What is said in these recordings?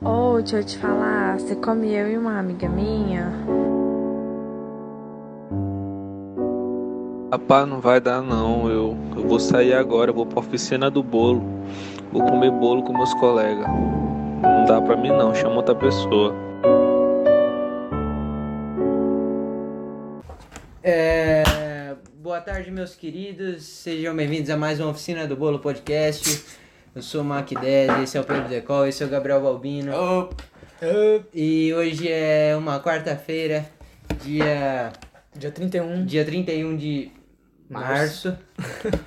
Pô, deixa eu te falar, você come eu e uma amiga minha? Rapaz, não vai dar não. Eu, eu vou sair agora, eu vou pra oficina do bolo. Vou comer bolo com meus colegas. Não dá pra mim não, chama outra pessoa. É, Boa tarde, meus queridos. Sejam bem-vindos a mais uma Oficina do Bolo Podcast. Eu sou o Mac 10, esse é o Pedro Decol, esse é o Gabriel Balbino. Ah, E hoje é uma quarta-feira, dia, Dia 31. dia 31 de março. Março.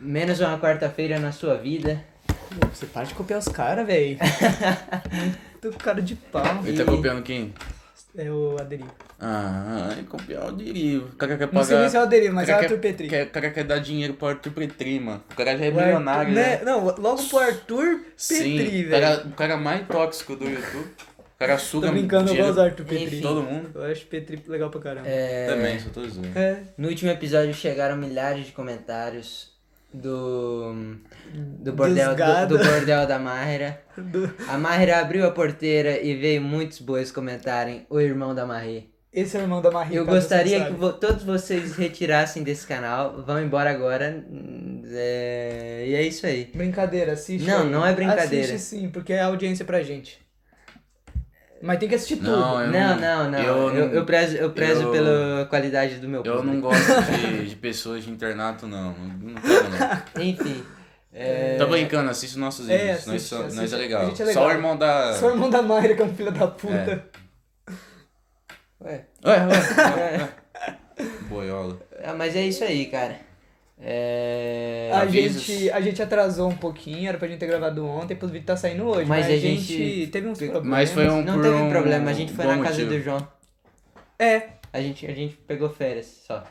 Menos uma quarta-feira na sua vida. Pô, Você para de copiar os caras, velho. Muito cara de pau. Ele tá E- copiando quem? É o Aderivo. Ah, é copiar o Derivo. O cara quer pagar. Não sei nem se é o Aderivo, mas é o cara Arthur quer- Petri. quer- O cara quer dar dinheiro pro Arthur Petri, mano. O cara já é O Arthur- milionário, né? né? Não, logo pro Arthur Petri, Sim, o velho. cara, o cara mais tóxico do YouTube. O cara suga Tô brincando, eu dinheiro gosto do Arthur de Petri. Todo mundo. Eu acho Petri legal pra caramba. É, Também, só tô dizendo. É. No último episódio chegaram milhares de comentários do. do bordel, do, gado. do bordel da Mahra. Do- A Mahra abriu a porteira e veio muitos bois comentarem o irmão da Mahri. Esse é o irmão da Marie. Eu caso você não gostaria que saiba. vo- todos vocês retirassem desse canal, vão embora agora. hum, é, E é isso aí. Brincadeira, assiste. Não, aí. não é brincadeira. Assiste sim, porque é audiência pra gente. Mas tem que assistir tudo. Não, eu Não, não, não. Eu, Eu, eu prezo, eu prezo eu- pela qualidade do meu eu público. não gosto de, de pessoas de internato, não. Não quero, não. Enfim. é, Tô brincando, assiste nossos É, vídeos. nós, assiste, so- nós assiste. é, A legal. gente é legal. Só o irmão da. Só o irmão da Mayra, que é um filho da puta. Ué. Ué, ué, ué, ué. Boiola. Ah, mas é isso aí, cara. É... A, Avisos. gente, a gente atrasou um pouquinho, era pra gente ter gravado ontem, pelo vídeo tá saindo hoje. Mas Mas, a a gente... gente- teve uns problemas. Mas foi um Não por teve um problema, a gente foi bom na casa motivo. do João. É, A gente, a gente pegou férias só.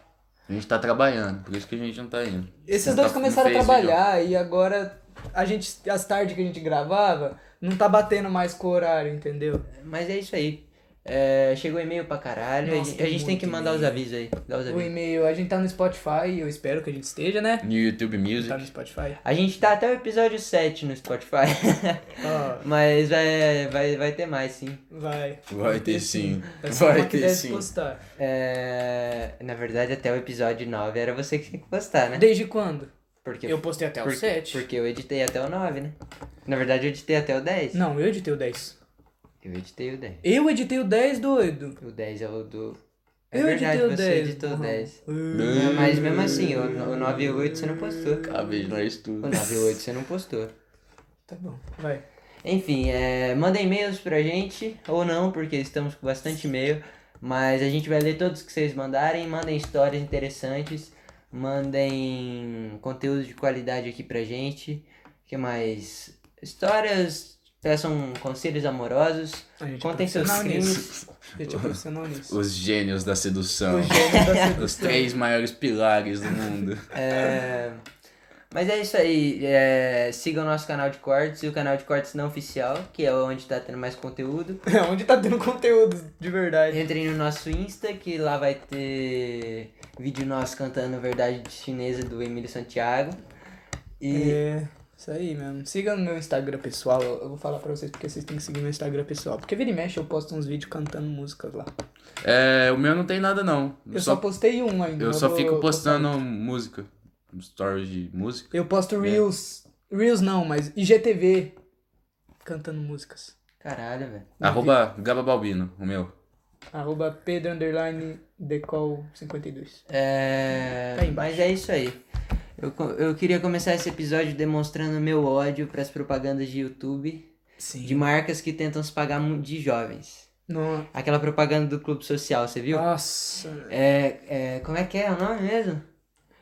A gente tá trabalhando, por isso que a gente não tá indo. esses Não dois tá- não começaram a fez, trabalhar e agora a gente, as tardes que a gente gravava, não tá batendo mais com o horário, entendeu? Mas é isso aí. É, chegou e-mail pra caralho. Nossa, a gente, tem a gente tem muito que mandar os e-mail. avisos aí. Dá os O avisos. e-mail, a gente tá no Spotify, eu espero que a gente esteja, né? viu? No YouTube Tá Music. no Spotify. A gente tá até o episódio 7 no Spotify. Ó, Mas vai, vai, vai ter mais, sim. vai. Vai ter sim. É só uma Vai que ter deve sim. postar. É, na verdade, até o episódio 9 era você que tinha que postar, né? Desde quando? Porque, Eu postei até o porque, 7. porque eu editei até o 9, né? Na verdade, eu editei até o 10. Não, eu editei o 10. Eu editei o 10. Eu editei o 10, doido. O 10 é o do. É Eu verdade, editei o você 10. editou o burrão. 10. Uh. Mas mesmo assim, o, o 9 e o 8 você não postou. Cabe, Ah, nós O tudo. 9 e o 8 você não postou. Tá bom, vai. Enfim, é, manda e-mails pra gente, ou não, porque estamos com bastante e-mail. Mas a gente vai ler todos que vocês mandarem. Mandem histórias interessantes, mandem conteúdo de qualidade aqui pra gente. O que mais? Histórias, peçam conselhos amorosos. A gente Contem é seus profissional nisso. crimes. A gente é profissional nisso. é Os gênios da sedução. Os gênios da Os três maiores pilares do mundo. É, Mas é isso aí. É... Sigam o nosso canal de cortes e o canal de cortes não oficial, que é onde tá tendo mais conteúdo. É onde tá tendo conteúdo de verdade. Entrem no nosso Insta, que lá vai ter vídeo nosso cantando Verdade Chinesa do Emílio Santiago. E É, isso aí mesmo. Siga no meu Instagram pessoal. Eu eu vou falar pra vocês porque vocês têm que seguir meu Instagram pessoal. Porque vira e mexe eu posto uns vídeos cantando músicas lá. É, o meu não tem nada não. Eu só, postei um ainda. eu só vou- fico vou postando falar. música. Stories de música. Eu posto Reels. Reels não, mas IGTV. Cantando músicas. caralho, velho. Arroba Gaba Balbino, o meu. Arroba Pedro Underline Decol 52. É... Tá embaixo. Mas é isso aí. Eu, co- eu queria começar esse episódio demonstrando meu ódio pras propagandas de YouTube Sim. de marcas que tentam se pagar mu- de jovens. Aquela propaganda do clube social, você Ah. viu? Nossa. É, é, como é que é o nome mesmo?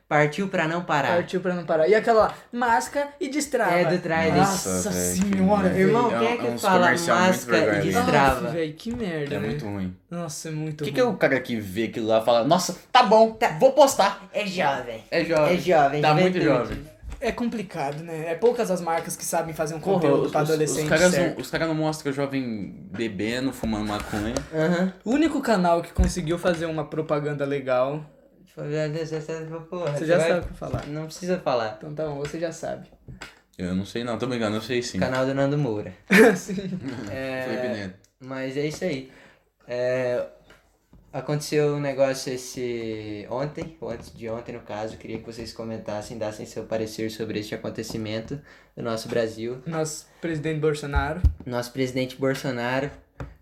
Partiu pra não Tá. parar. Partiu pra não parar. E aquela lá, masca e destrava. É do Trident. Nossa velho, senhora, que velho. Irmão, É quem é um- que é uns fala comercial muito masca e vergonha. destrava? Nossa, velho, que merda. É né? muito ruim. Nossa, é muito. O que, ruim. que é o cara que vê aquilo lá e fala, nossa, tá bom, vou postar. É jovem. É É jovem. jovem. Tá muito juventude. jovem. É complicado, né? É poucas as marcas que sabem fazer um Porra, conteúdo os, pra os- adolescente. os caras não, certo. os caras não mostram o jovem bebendo, fumando maconha. Aham. O único canal que conseguiu fazer uma propaganda legal. Tipo, Você já sabe, porra, Você já vai- sabe o que falar. né? Não precisa falar. Então tá bom, você já sabe. Eu não sei não, tô brincando, eu sei sim. Canal do Nando Moura. Sim. Felipe Neto. Mas é isso aí. É, aconteceu um negócio esse ontem, ou antes de ontem no caso, queria que vocês comentassem, dassem seu parecer sobre este acontecimento do nosso Brasil. Nosso presidente Bolsonaro Nosso presidente Bolsonaro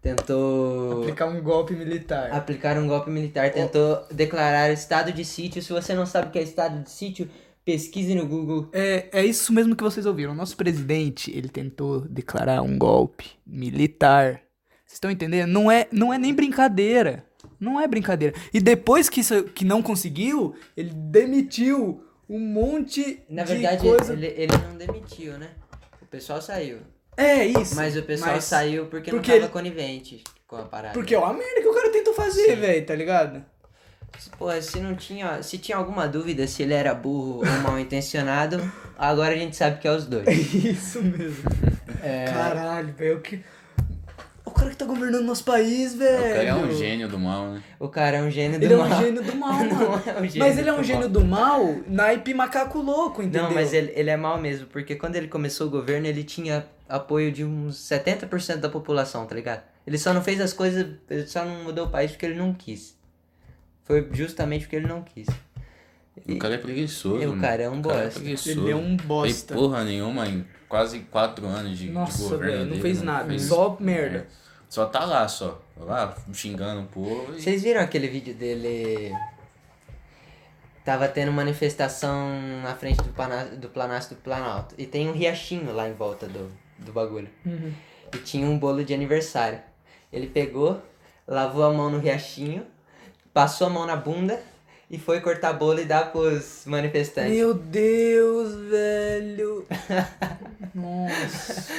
tentou aplicar um golpe militar. aplicar um golpe militar, tentou declarar estado de sítio. Se você não sabe o que é estado de sítio, pesquise no Google. É, é isso mesmo que vocês ouviram. Nosso presidente, ele tentou declarar um golpe militar. Vocês estão entendendo? Não é, não é nem brincadeira. Não é brincadeira. E depois que, isso, que não conseguiu, ele demitiu um monte Na de verdade, coisa. ele, ele não demitiu, né? O pessoal saiu. É isso. Mas o pessoal Mas- saiu porque, porque não ele- tava conivente com a parada. Porque ó, a merda que o cara tentou fazer, velho, tá ligado? Pô, se não tinha. Se tinha alguma dúvida se ele era burro ou mal intencionado, agora a gente sabe que é os dois. É isso mesmo. É. Caralho, velho. Que... O cara que tá governando nosso país, O velho. cara é um gênio do mal, né? O cara é um gênio do Ele é mal. um gênio do mal, Não mano. é um gênio mas ele é um do gênio mal. do mal, naipe macaco louco, entendeu? Não, mas ele, ele é mal mesmo, porque quando ele começou o governo, ele tinha apoio de uns 70% da população, tá ligado? Ele só não fez as coisas, ele só não mudou o país porque ele não quis. Foi justamente porque ele não quis. O cara é preguiçoso. E o mano. cara é um O cara é bosta. preguiçoso. Ele é um bosta. Tem porra nenhuma em quase quatro anos de, de Nossa, governo velho, não dele, fez mano. nada. Fez- Só merda. Só tá lá, só. Lá xingando o povo e... Vocês viram aquele vídeo dele? Tava tendo manifestação na frente do, Pana... do Planalto do Planalto. E tem um riachinho lá em volta do, do bagulho. E tinha um bolo de aniversário. Ele pegou, lavou a mão no riachinho, passou a mão na bunda e foi cortar bolo e dar pros manifestantes. Meu Deus, velho. Nossa.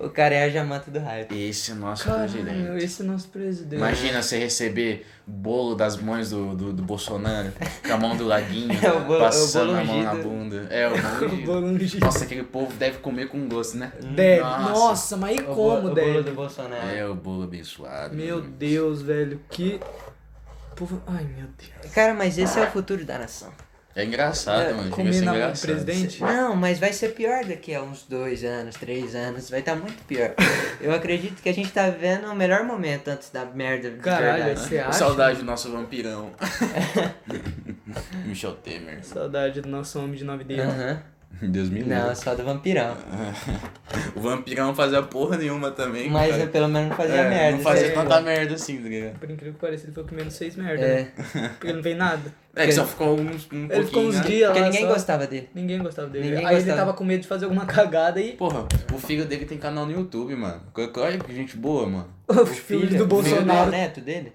O cara é a jamanta do hype. Esse é o nosso Caralho, presidente. esse é nosso presidente. Imagina você receber bolo das mães do, do, do Bolsonaro com a mão do laguinho, É, o bolo- passando é o bolo a mão na ungido. bunda. É, o bolo O ungido. bolo ungido. Hum, Nossa, aquele povo deve comer com gosto, né? Deve. Nossa, mas e O como, bolo, o bolo deve? do Bolsonaro. É o bolo abençoado. Meu né? Deus, velho, que. Povo... Ai, meu Deus. Cara, mas esse é o futuro da nação. É engraçado, É, mano. Chega a comer ser na mão do engraçado. presidente? Não, mas vai ser pior daqui a uns dois anos, três anos, vai estar muito pior. Eu acredito que a gente tá vivendo o melhor momento antes da merda. de Caralho, verdade. você acha? Saudade do nosso vampirão. Michel Temer. Saudade do nosso homem de nove dedos. Aham. Deus me Não, livre. só do vampirão. O vampirão não fazia porra nenhuma também. Mas cara. eu pelo menos não fazia É, merda. Não fazia né? sei tanta lá. merda assim, tá ligado? Por incrível que pareça, ele foi comendo seis merda. É, né? Porque ele não fez nada. É que só ficou uns, um pouquinho. Ele ficou uns né? dias porque lá. ninguém só. gostava dele. Ninguém gostava dele. Ninguém Aí ele gostava. tava com medo de fazer alguma cagada e. Porra, o filho dele tem canal no YouTube, mano. Co- co- Olha que gente boa, mano. O filho é do Bolsonaro. O né? neto dele?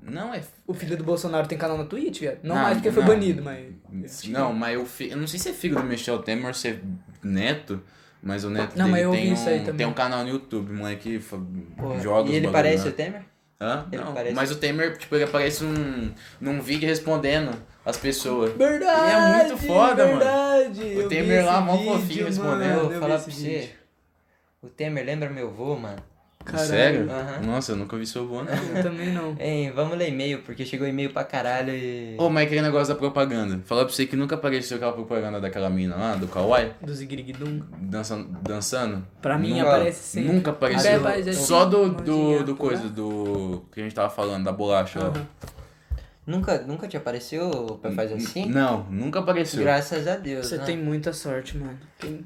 Não é. O filho do Bolsonaro tem canal na Twitch, viado. Não, Não, mais porque foi não. banido, mas. tipo Não, mas o filho. Eu não sei se é filho do Michel Temer ou se é neto. Mas o neto Não, mas dele eu tem, ouvi isso aí um, também. tem um canal no YouTube, moleque fa- Porra. e joga os ele bagulho, parece né? o Temer? Hã? Ele Não, parece- Mas o Temer, tipo, ele aparece num, num vídeo respondendo as pessoas. Verdade! Ele é muito foda, mano. verdade. O Eu vi Temer esse lá, mó vídeo, fofinho, mano, respondendo. eu eu vi vou falar esse pra vídeo. você. O Temer lembra meu vô, mano? Caralho. Sério? Aham. Nossa, eu nunca vi seu bom, não. Eu também não. Hein, vamos ler e-mail, porque chegou e-mail pra caralho e. Ô, mas aquele negócio da propaganda. Falar pra você que nunca apareceu aquela propaganda daquela mina lá, do Kawaii, Do Zigrigdum. dançando. dançando. Pra mim Nunca- aparece sempre. Nunca Até apareceu. aparece assim, Só do, mãozinha do, pra do coisa, tá lá. do. que a gente tava falando, da bolacha lá. Aham. Nunca, nunca te apareceu pra fazer assim? Não, nunca apareceu. Graças a Deus. Você né? tem muita sorte, mano. Tem-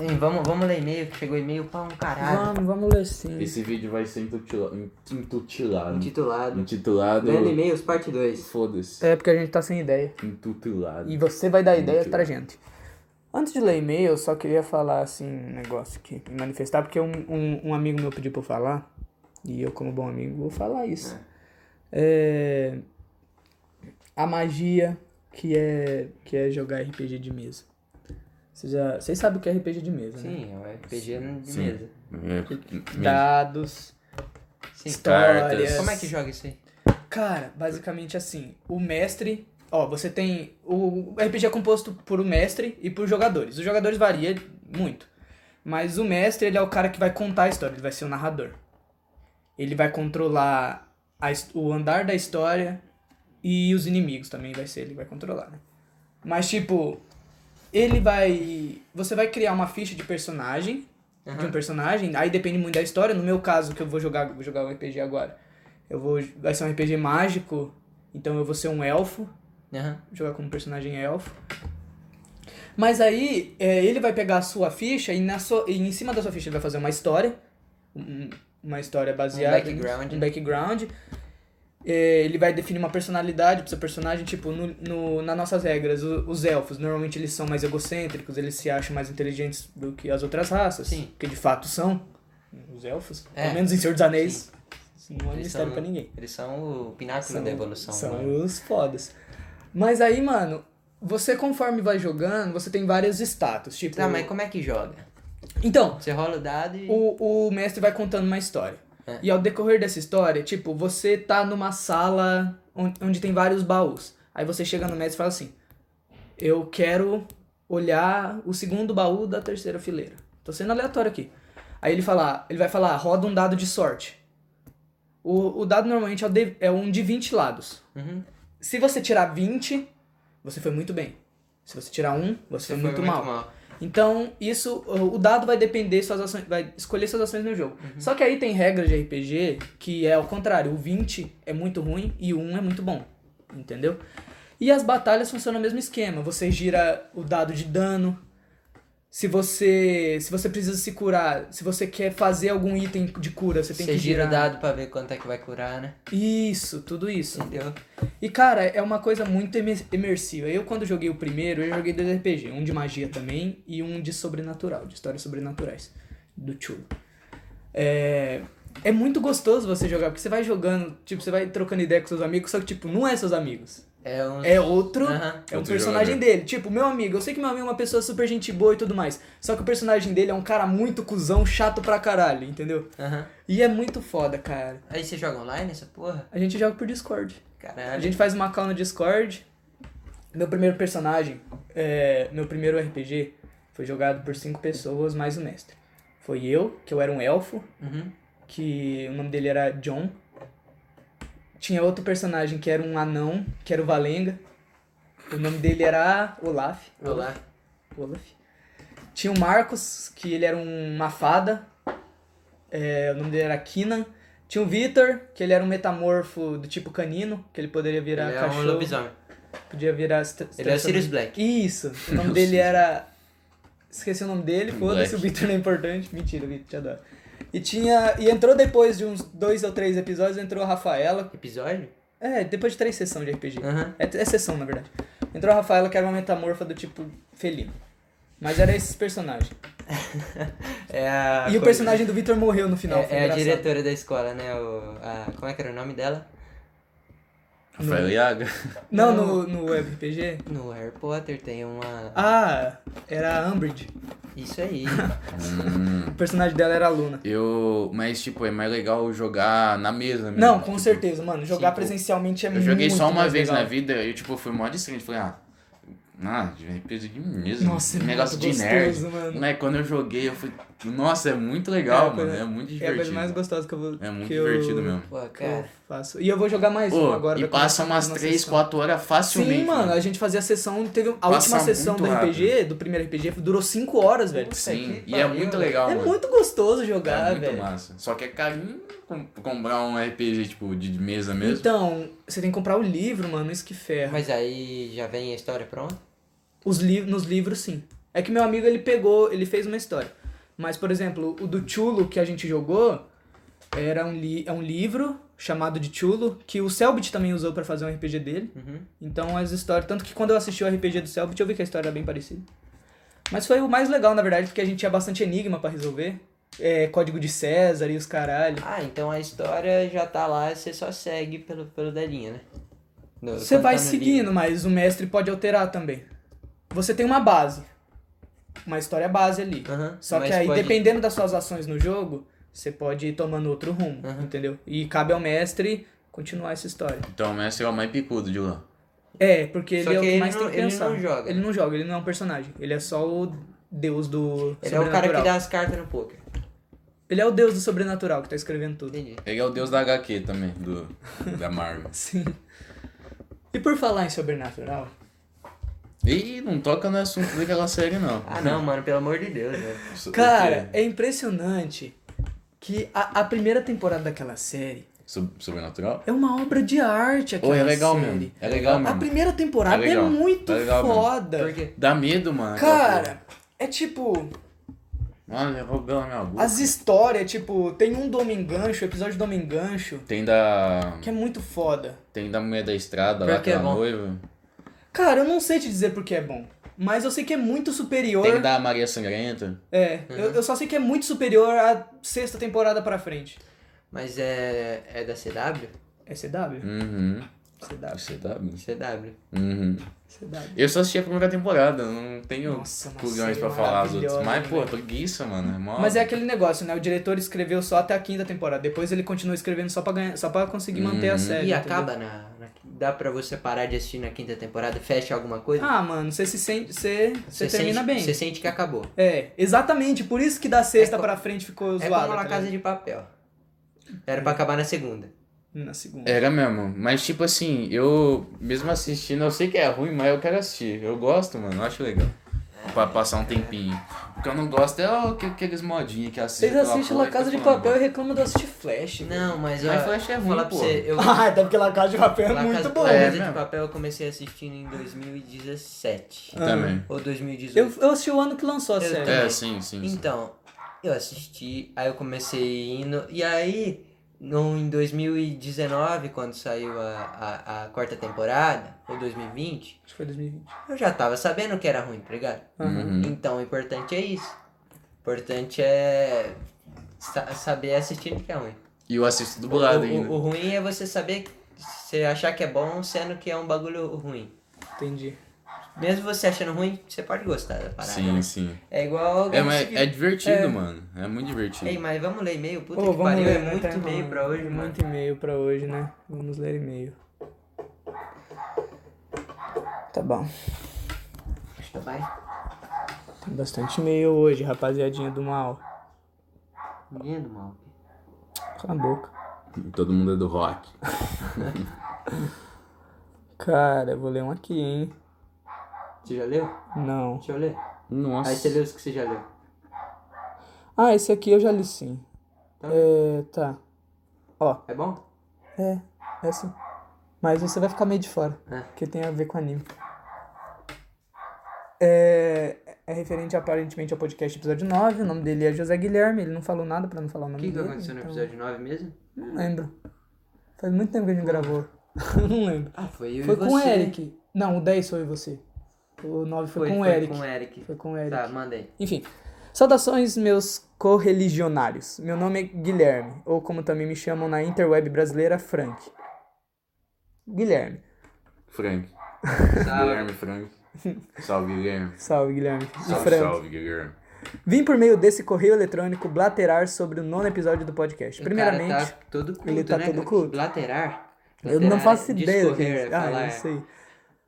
Hein, vamos, vamos ler e-mail, que chegou e-mail pra um caralho. Vamos, vamos ler sim. Ah. Esse vídeo vai ser intutila- intutilado. Intitulado. Intitulado. Lendo e-mails, parte 2. Foda-se. É porque a gente tá sem ideia. Intitulado. E você vai dar ideias pra gente. Antes de ler e-mail, eu só queria falar, assim, um negócio aqui. Me manifestar, porque um, um, um amigo meu pediu pra eu falar. E eu, como bom amigo, vou falar isso. É, A magia que é, que é jogar RPG de mesa. Vocês já- vocês sabem o que é RPG de mesa, né? Sim, é o RPG de Sim. mesa. É, Dados, Sim. histórias... Cartas. Como é que joga isso aí? Cara, basicamente assim, o mestre. Ó, você tem. O RPG é composto por o mestre e por jogadores. Os jogadores varia muito. Mas o mestre, ele é o cara que vai contar a história, ele vai ser o narrador. Ele vai controlar a his- o andar da história e os inimigos também vai ser, ele vai controlar, né? Mas tipo, ele vai. Você vai criar uma ficha de personagem. De um personagem. Aí depende muito da história. No meu caso, que eu vou jogar, vou jogar um RPG agora. Eu vou. Vai ser um RPG mágico. Então eu vou ser um elfo. Aham. Jogar como personagem elfo. Mas aí é, ele vai pegar a sua ficha e, na sua, e em cima da sua ficha ele vai fazer uma história. um- uma história baseada. em- background. Um background. É, ele vai definir uma personalidade pro seu personagem, tipo, no, no, nas nossas regras, o- os elfos, normalmente eles são mais egocêntricos, eles se acham mais inteligentes do que as outras raças. Sim. Que de fato são. Os elfos. É. Pelo menos em Senhor dos Anéis. Não é Eles mistério são- pra ninguém. Eles são o pináculo da evolução. São humana. os fodas. Mas aí, mano, você conforme vai jogando, você tem vários status. Tipo. Tá, mas como é que joga? Então, Você rola o dado e. o, o mestre vai contando uma história. É. E ao decorrer dessa história, tipo, você tá numa sala on- onde tem vários baús. Aí você chega no mestre e fala assim: Eu quero olhar o segundo baú da terceira fileira. Tô sendo aleatório aqui. Aí ele fala, ele vai falar, roda um dado de sorte. O, o dado normalmente é, o de- é um de 20 lados. Uhum. Se você tirar 20, você foi muito bem. Se você tirar um, você, foi, muito, mal. Então, isso, o o dado vai depender suas ações, vai escolher suas ações no jogo. Só que aí tem regras de RPG que é ao contrário, o 20 é muito ruim e o 1 é muito bom, entendeu? E as batalhas funcionam no mesmo esquema, você gira o dado de dano. Se você, se você precisa se curar, se você quer fazer algum item de cura, você tem Você que gira o girar. dado pra ver quanto é que vai curar, né? Isso, tudo isso. Entendeu? E cara, é uma coisa muito imer- imersiva. Eu quando joguei o primeiro, eu joguei dois RPG, um de magia também e um de sobrenatural, de histórias sobrenaturais do Chulo. É, é muito gostoso você jogar, porque você vai jogando, tipo, você vai trocando ideia com seus amigos, só que tipo, não é seus amigos. É um. É outro, Aham. é um Outro personagem jogador. dele. Tipo, meu amigo, eu sei que meu amigo é uma pessoa super gente boa e tudo mais. Só que o personagem dele é um cara muito cuzão, chato pra caralho, entendeu? Aham. E é muito foda, cara. Aí você joga online essa porra? A gente joga por Discord. A Caralho. gente faz uma call no Discord. Meu primeiro personagem, é, meu primeiro RPG, foi jogado por cinco pessoas mais o mestre. Foi eu, que eu era um elfo, Uhum. que o nome dele era John. Tinha outro personagem que era um anão, que era o Valenga. O nome dele era Olaf. Olá. Olaf. Tinha o Marcos, que ele era um- uma fada. É, o nome dele era Kinan. Tinha o Vitor, que ele era um metamorfo do tipo canino, que ele poderia virar Ele é um cachorro. lobisomem. Podia virar. se tra- se Ele é o Sirius transformar- Black. Isso. O nome dele era. Esqueci o nome dele, foda-se, o Black. Victor não é importante. Mentira, Victor, te adoro. E tinha. E entrou depois de uns dois ou três episódios, entrou a Rafaela. Episódio? É, depois de três sessões de RPG. Aham. É, é sessão, na verdade. Entrou a Rafaela, que era uma metamorfa do tipo felino. Mas era esses personagens. É a e o coisa- personagem do Victor morreu no final. É, foi é a engraçado. diretora da escola, né? O, a- como é que era o nome dela? Rafael Iaga. Não, no, no web RPG. No Harry Potter tem uma. Ah, era a Umbridge. Isso aí. O personagem dela era a Luna. Eu. Mas, tipo, é mais legal jogar na mesa mesmo. Não, com Tipo, certeza, mano. Jogar Sim, pô. presencialmente é Eu muito joguei só uma mais vez legal. na vida e, tipo, fui mó distante. Falei, ah. Ah, RPG de mesa. um Nossa, é negócio muito de gostoso, nerd. mano. Né, quando eu joguei, eu fui. Nossa, é muito É a legal, mano. coisa- É muito É a divertido. coisa mais gostosa que eu vou. É muito que divertido eu, mesmo. Pô, que eu cara. faço. E eu vou jogar mais Pô, um agora. e vai passam começar umas uma 3, sessão. 4 horas facilmente. Sim, mano, a gente fazia a sessão, teve a última muito sessão do rápido. RPG, do primeiro RPG, durou 5 horas, velho. Sim, que e é pariu, muito velho. legal, é mano. muito gostoso jogar, é muito velho. massa. Só que é carinho com- comprar um RPG, tipo, de mesa mesmo. Então, você tem que comprar o livro, mano, isso que ferra. Mas aí já vem a história pronta? Os li nos livros, sim. É que meu amigo, ele pegou, ele fez uma história. Mas, por exemplo, o do Chulo que a gente jogou era um li é um livro chamado de Chulo, que o Selbit também usou pra fazer um RPG dele. Uhum. Então as histórias. Tanto que quando eu assisti o RPG do Selbit, eu vi que a história era bem parecida. Mas foi o mais legal, na verdade, porque a gente tinha bastante enigma pra resolver. É, código de César e os caralho. Ah, então a história já tá lá, você só segue pelo, pelo dedinho, né? No- Você quando vai tá no seguindo, mas o mestre pode alterar também. Você tem uma base. Uma história base ali. livro. Aham, Só que Uhum. mas aí, pode- dependendo das suas ações no jogo, você pode ir tomando outro rumo, Aham. entendeu? E cabe ao mestre continuar essa história. Então o mestre é o mais picudo de lá. É, porque ele Só é o que que ele mais não- tem que ele pensar. não joga. Ele não joga, ele não é um personagem. Ele é só o deus do Ele é o sobrenatural. cara que dá as cartas no poker. Ele é o deus do sobrenatural que tá escrevendo tudo. Entendi. Ele é o deus da HQ também, do, da Marvel. Sim. E por falar em sobrenatural, Ih, não toca no assunto daquela série, não. Ah, não, mano, pelo amor de Deus, velho. So- Cara, o quê? é impressionante que a, a primeira temporada daquela série Sob- Sobrenatural? é uma obra de arte é aquela Ou é legal série. mesmo. É legal A mesmo. primeira temporada É é, legal. muito É legal mesmo. foda. Por quê? Dá medo, mano. aquela porra. Cara, é tipo, Mano, já roubou a minha boca. as histórias, tipo, tem um Domingancho, episódio do Domingancho, Tem da. que é muito foda. Tem da mulher da estrada Pior lá, que é aquela bom. noiva. Cara, eu não sei te dizer porque é bom, mas eu sei que é muito superior. Tem Uhum. da Maria Sangrenta. É, eu, eu só sei que é muito superior à sexta temporada pra frente. Mas é, é da CW? É CW? Uhum. CW. Você tá bem. CW. Uhum. CW. Eu só assisti a primeira temporada, não tenho Nossa, uma pulgões série pra falar as outras. maravilhosa, Mas, pô, velho. preguiça, mano. É mó... né? Mas é aquele negócio, né? O diretor escreveu só até a quinta temporada. Depois ele continua escrevendo só pra, ganhar, só pra conseguir manter a Uhum. série. E entendeu? acaba na, na- Dá pra você parar de assistir na quinta temporada, fecha alguma coisa? Ah, mano, você se sente. Você, você termina sente, bem. Você sente que acabou. É, exatamente. Por isso que da sexta É co- pra frente ficou É zoado. como tá La Casa ligado? É. de Papel. Era pra acabar na segunda. Na segunda. Era mesmo. Mas, tipo assim, eu mesmo assistindo, eu sei que é ruim, mas eu quero assistir. Eu gosto, mano. Eu acho legal. Pra passar um tempinho. O que eu não gosto é o- que- aqueles modinhos que assistem. Vocês assistem La Casa de Papel e reclamam de assistir Flash. Não, mas eu. Mas Flash é ruim, falar pra pô. você, eu. Ah, até porque La Casa de Papel é La muito Casa, bom. La Casa de mesmo. Papel eu comecei assistindo em 2017. Também. Ou 2018. Eu, eu assisti o ano que lançou a Eu série. Ah, também. É, sim, sim. sim. Então, eu assisti, aí eu comecei indo, e aí, no, em 2019, quando saiu a, a, a quarta temporada, ou 2020, Acho que foi 2020. eu já tava sabendo que era ruim, tá ligado? Aham. Uhum. Então, o importante é isso. O importante é sa- saber assistir o que é ruim. E eu assisto O, dublado ainda. o- o ruim é você saber, você achar que é bom, sendo que é um bagulho ruim. Entendi. Mesmo você achando ruim, você pode gostar da parada. Sim, sim. É igual... É, mas é divertido, mano. É muito divertido. Ei, mas vamos ler e-mail? Puta Ô, que vamos pariu, ler, é né, muito tá, e-mail mano? pra hoje, É mano. Muito e-mail pra hoje, né? Vamos ler e-mail. Tá bom. Vai. Tem bastante e-mail hoje, rapaziadinha do mal. Lindo, mal. Cala a boca. Todo mundo é do rock. Cara, eu vou ler um aqui, hein? Você já leu? Não. Deixa eu ler. Nossa. Aí você leu os que você já leu. Ah, esse aqui eu já li sim. É, tá. Ó, É bom? é, é sim. Mas você vai ficar meio de fora, É. porque tem a ver com anime. É, é referente aparentemente ao podcast episódio 9, o nome dele é José Guilherme, ele não falou nada pra não falar o O nome que, que dele. aconteceu no então- episódio 9 mesmo? Não lembro. Faz muito tempo que a gente gravou. não lembro. Ah, foi eu Foi e com você. o Eric. Não, o 10 foi você. O 9 Foi, foi, com o foi Eric. com o Eric. Foi com o Eric. Tá, mandei. Enfim. Saudações, meus correligionários. Meu nome é Guilherme, ou como também me chamam na interweb brasileira, Frank. Guilherme. Frank. Salve. Guilherme Frank. Salve, Guilherme. Salve, Guilherme. Salve, E Frank. salve, Guilherme. Vim por meio desse correio eletrônico blaterar sobre o nono episódio do podcast. Primeiramente, O cara tá todo culto, ele tá né? todo culto. Laterar. eu não Laterar, faço ideia do que discorrer, é é isso. Ah, falar. eu sei.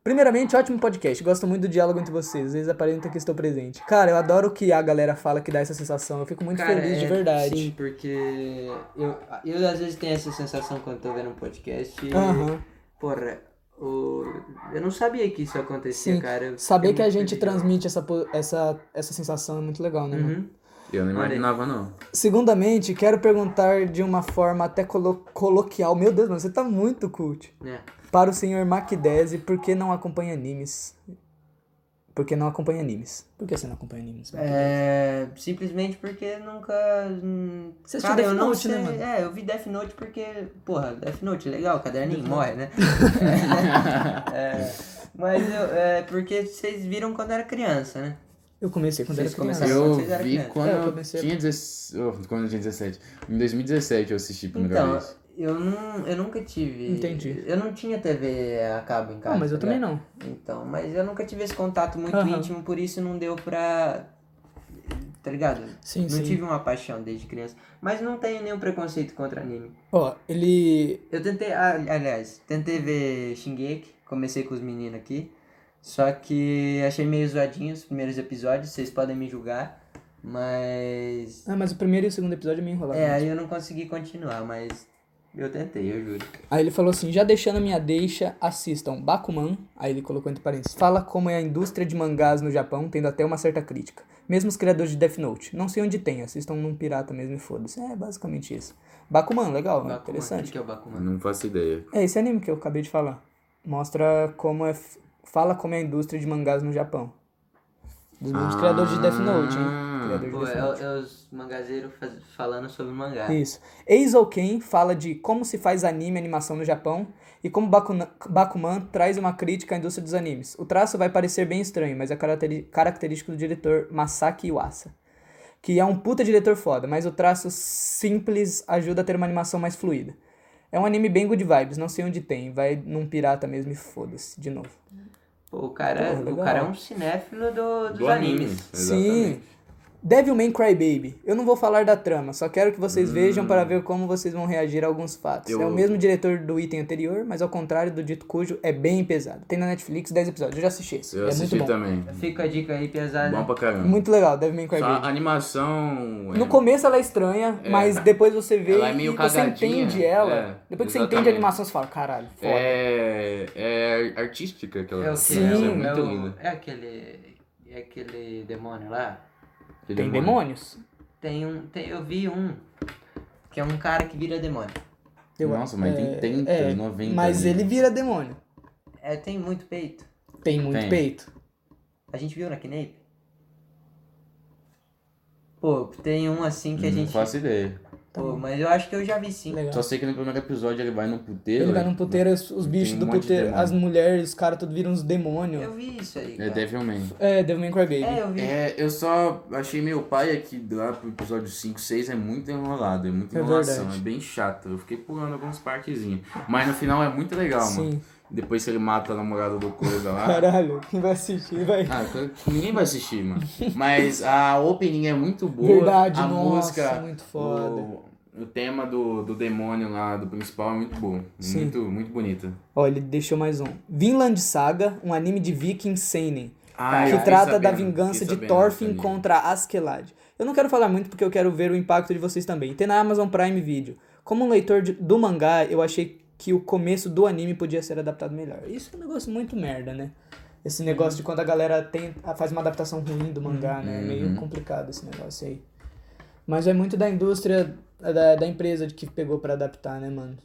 Primeiramente, ótimo podcast. Gosto muito do diálogo entre vocês. Às vezes aparenta que estou presente. Cara, eu adoro o que a galera fala que dá essa sensação. Eu fico muito Cara, feliz de é, verdade. Sim, porque eu, eu às vezes tenho essa sensação quando tô vendo um podcast. e, Aham. Porra, o- eu não sabia que isso acontecia, Sim, cara. Eu Saber fiquei que a muito gente feliz. transmite essa, po- essa, essa sensação é muito legal, né? mano? Uhum. Eu não Olha aí. imaginava, não. Segundamente, quero perguntar de uma forma até colo- coloquial. Meu Deus, mano, você tá muito cult. É. Para o senhor Macdese, por que não acompanha animes? Por que não acompanha animes? Por que você não acompanha animes? Macdese? É, simplesmente porque nunca. hum, Você cara, assistiu Death eu não Note, né, sei- mano? É, eu vi Death Note porque, porra, Death Note é legal, caderninho Uhum. morre, né? É, mas eu, é porque vocês viram quando era criança, né? Eu comecei quando Vocês era criança. começaram- Eu vocês eram vi criança. quando É, eu eu comecei a- tinha 17. Quando eu tinha 17. Em 2017 eu assisti a primeira Então, vez. eu, não, eu nunca tive. Entendi. Eu não tinha TV a cabo em casa. Não, Ah, mas eu tá também ligado? não. Então, mas eu nunca tive esse contato muito Aham. íntimo, por isso não deu pra. Tá ligado? Sim, não sim. tive uma paixão desde criança. Mas não tenho nenhum preconceito contra anime. Ó, ele. Eu tentei, ah, aliás, tentei ver Shingeki, comecei com os meninos aqui, só que achei meio zoadinho os primeiros episódios, vocês podem me julgar, mas... Ah, Ah, mas o primeiro e o segundo episódio é meio enrolado. É, aí eu não consegui continuar, mas Eu tentei, eu juro. Aí ele falou assim, já deixando a minha deixa, assistam Bakuman, aí ele colocou entre parênteses, fala como é a indústria de mangás no Japão, tendo até uma certa crítica. Mesmo os criadores de Death Note, não sei onde tem, assistam num pirata mesmo e foda-se. É, basicamente isso. Bakuman, legal, né? Bakuman, O que interessante. que é o Bakuman? Não faço ideia. É esse anime que eu acabei de falar. Mostra como é, fala como é a indústria de mangás no Japão. Dos mesmos criadores de Death Note, hein? Ah. Criadores Pô, de Death é, Note. é os mangazeiros faz- falando sobre mangá. Isso. Eizou Ken fala de como se faz anime e animação no Japão e como Bakuna- Bakuman traz uma crítica à indústria dos animes. O traço vai parecer bem estranho, mas é caracteri- característico do diretor Masaki Iwasa, que é um puta diretor foda, mas o traço simples ajuda a ter uma animação mais fluida. É um anime bem good vibes, não sei onde tem, vai num pirata mesmo e foda-se, de novo. Pô, o cara, Pô, o legal. cara é um cinéfilo do, dos Do anime. animes. Sim. Devilman Crybaby. Eu não vou falar da trama, só quero que vocês vejam para ver como vocês vão reagir a alguns fatos. É o Hum. Eu- mesmo diretor do item anterior, mas ao contrário do dito cujo, é bem pesado. Tem na Netflix 10 episódios, eu já assisti esse. Eu é assisti muito bom. também. Fica a dica aí pesada. Bom pra caramba. Muito legal, Devilman Só Crybaby. a animação. é, No começo ela é estranha, mas depois você vê Ela é meio e você cagadinha, entende ela. é, depois que você exatamente. entende a animação, você fala, caralho, foda. é, é artística aquela É o que? animação, Sim. é muito é, o- linda. é aquele. É aquele demônio lá? Aquele Tem demônios? Tem um. Tem, eu vi um. Que é um cara que vira demônio. Nossa, mas tem 80, é, 90. Mas né? ele vira demônio. É, tem muito peito. Tem muito Tem. peito. A gente viu na Knape? Pô, tem um assim que a Não gente. faço ideia. Pô, mas eu acho que eu já vi sim. Legal. Só sei que no primeiro episódio ele vai num puteiro. né? é. Ele vai num puteiro, os, os bichos Tem um do monte de puteiro, demônio. as mulheres, os caras, tudo viram uns demônios. Eu vi isso aí. É cara. Devilman. É, Devilman Crybaby. É, eu vi. É, eu só achei meu pai aqui lá pro episódio 5, 6 é muito enrolado, é muita É enrolação, é, verdade. bem chato. Eu fiquei pulando alguns partezinhos. Mas no final é muito legal, mano. Sim. Depois que ele mata a namorada do coisa lá. Caralho, quem vai assistir vai. Ah, claro que ninguém vai assistir, mano. Mas a opening é muito boa. Verdade, a nossa, música, muito foda. O, o tema do, do demônio lá, do principal, é muito bom. Sim. Muito, muito bonita. Ó, ele deixou mais um. Vinland Saga, um anime de Viking Seinen, Ah, eu que fiquei trata da sabendo, vingança fiquei de sabendo Thorfinn também. contra Askeladd. Eu não quero falar muito porque eu quero ver o impacto de vocês também. Tem na Amazon Prime Video. Como um leitor de- do mangá, eu achei que o começo do anime podia ser adaptado melhor. Isso é um negócio muito merda, né? Esse negócio de quando a galera tem, faz uma adaptação ruim do mangá, né? É Uhum. meio complicado esse negócio aí. Mas é muito da indústria, é da, da empresa que pegou pra adaptar, né, mano?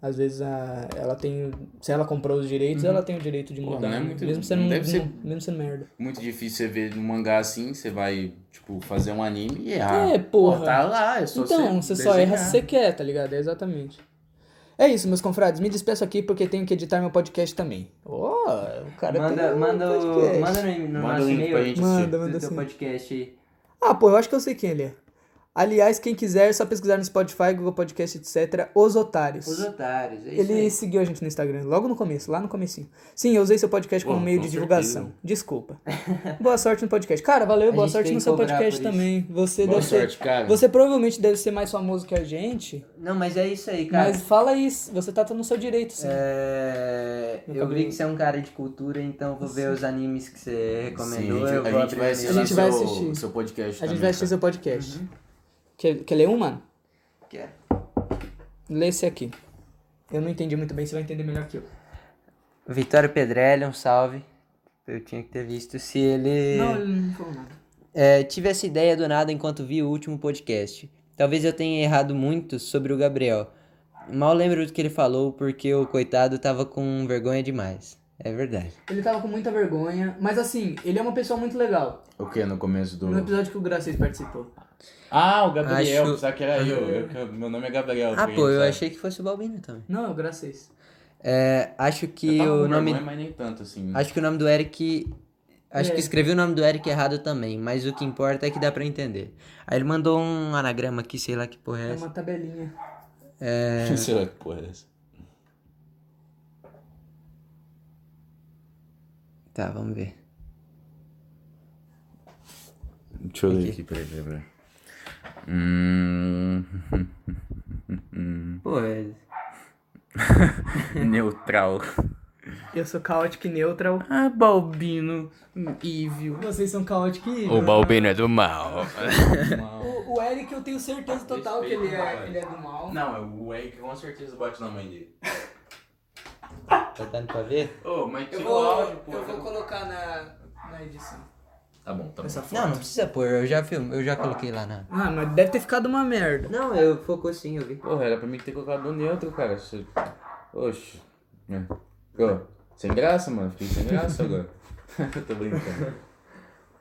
Às vezes a, ela tem. Se ela comprou os direitos, ela tem o direito de Porra, mudar. Uhum. não é né? muito- mesmo, sendo, não deve ser- mesmo sendo merda. Muito difícil você ver um mangá assim, você vai, tipo, fazer um anime e errar. É, porra. Pô, Tá lá, é só então, você você só erra desenhar. se você quer, tá ligado? É exatamente. É isso, meus confrades. Me despeço aqui porque tenho que editar meu podcast também. Oh, o cara tem Manda, um manda, o- podcast. manda no, no Manda o nosso link pra e-mail gente Manda. assistir. do assim. teu podcast aí. Ah, pô, eu acho que eu sei quem ele é. Aliás, quem quiser, é só pesquisar no Spotify, Google Podcast, etc. Os Otários. Os otários, é isso Ele aí. seguiu a gente no Instagram, logo no começo, lá no comecinho. Sim, eu usei seu podcast como Pô, meio com de certeza. divulgação. Desculpa. boa sorte no podcast. Cara, valeu, A boa gente sorte tem no que seu cobrar podcast por isso. também. Você Boa deve ser. sorte, cara. Você provavelmente deve ser mais famoso que a gente, Não, mas é isso aí, cara. mas fala isso. Você tá no seu direito, sim. É, eu No vi cabelo. que você é um cara de cultura, então eu vou ver os animes que você recomendou. Sim, a eu gente, vou a gente abrir vai o assistir, meu. A gente vai seu, assistir. seu podcast. a gente também, vai assistir cara. seu podcast. Quer, quer ler um, mano? Quer? Lê esse aqui. Eu não entendi muito bem, você vai entender melhor que eu. Vitório Pedrelli, um salve. Eu tinha que ter visto se ele. Não, ele não falou nada. É, tive essa ideia do nada enquanto vi o último podcast. Talvez eu tenha errado muito sobre o Gabriel. Mal lembro do que ele falou porque o coitado tava com vergonha demais. É verdade. Ele tava com muita vergonha, mas assim, ele é uma pessoa muito legal. O que? No começo do. No episódio que o Gracês participou. Ah, o Gabriel, Acho- pensava que era eu. eu que- Meu nome é Gabriel. Ah, pra pô, quem eu sabe. achei que fosse o Balbino também. Não, é o Gracês. É, acho que Eu tava o com nome. vergonha, mas nem tanto assim. Acho que o nome do Eric. Acho É. que escrevi o nome do Eric errado também, mas o que importa é que dá pra entender. Aí ele mandou um anagrama aqui, sei lá que porra é É essa. uma tabelinha. Sei lá que porra é essa. Tá, vamos ver. Deixa eu ler aqui, peraí, peraí, peraí. Hum... Pô, é... Neutral. Eu sou caótico e neutral. Ah, Balbino, evil. Vocês são caótico e. Balbino é do mal. O, o Eric eu tenho certeza total que ele é, ele é do mal. Não, é o Eric com certeza bate na mãe dele. Tá dando pra ver? Ô, mas Eu tira o vou, áudio, pô. eu vou colocar na, na edição. Tá bom, tá bom. Essa foto. Não, não precisa pôr, eu já filmo, eu já coloquei lá na. Ah, mas deve ter ficado uma merda. Não, eu focou sim, eu vi. Porra, era pra mim ter colocado o neutro, cara. Isso- Oxe. É. Ô, sem graça, mano. Fiquei sem graça agora. Tô brincando.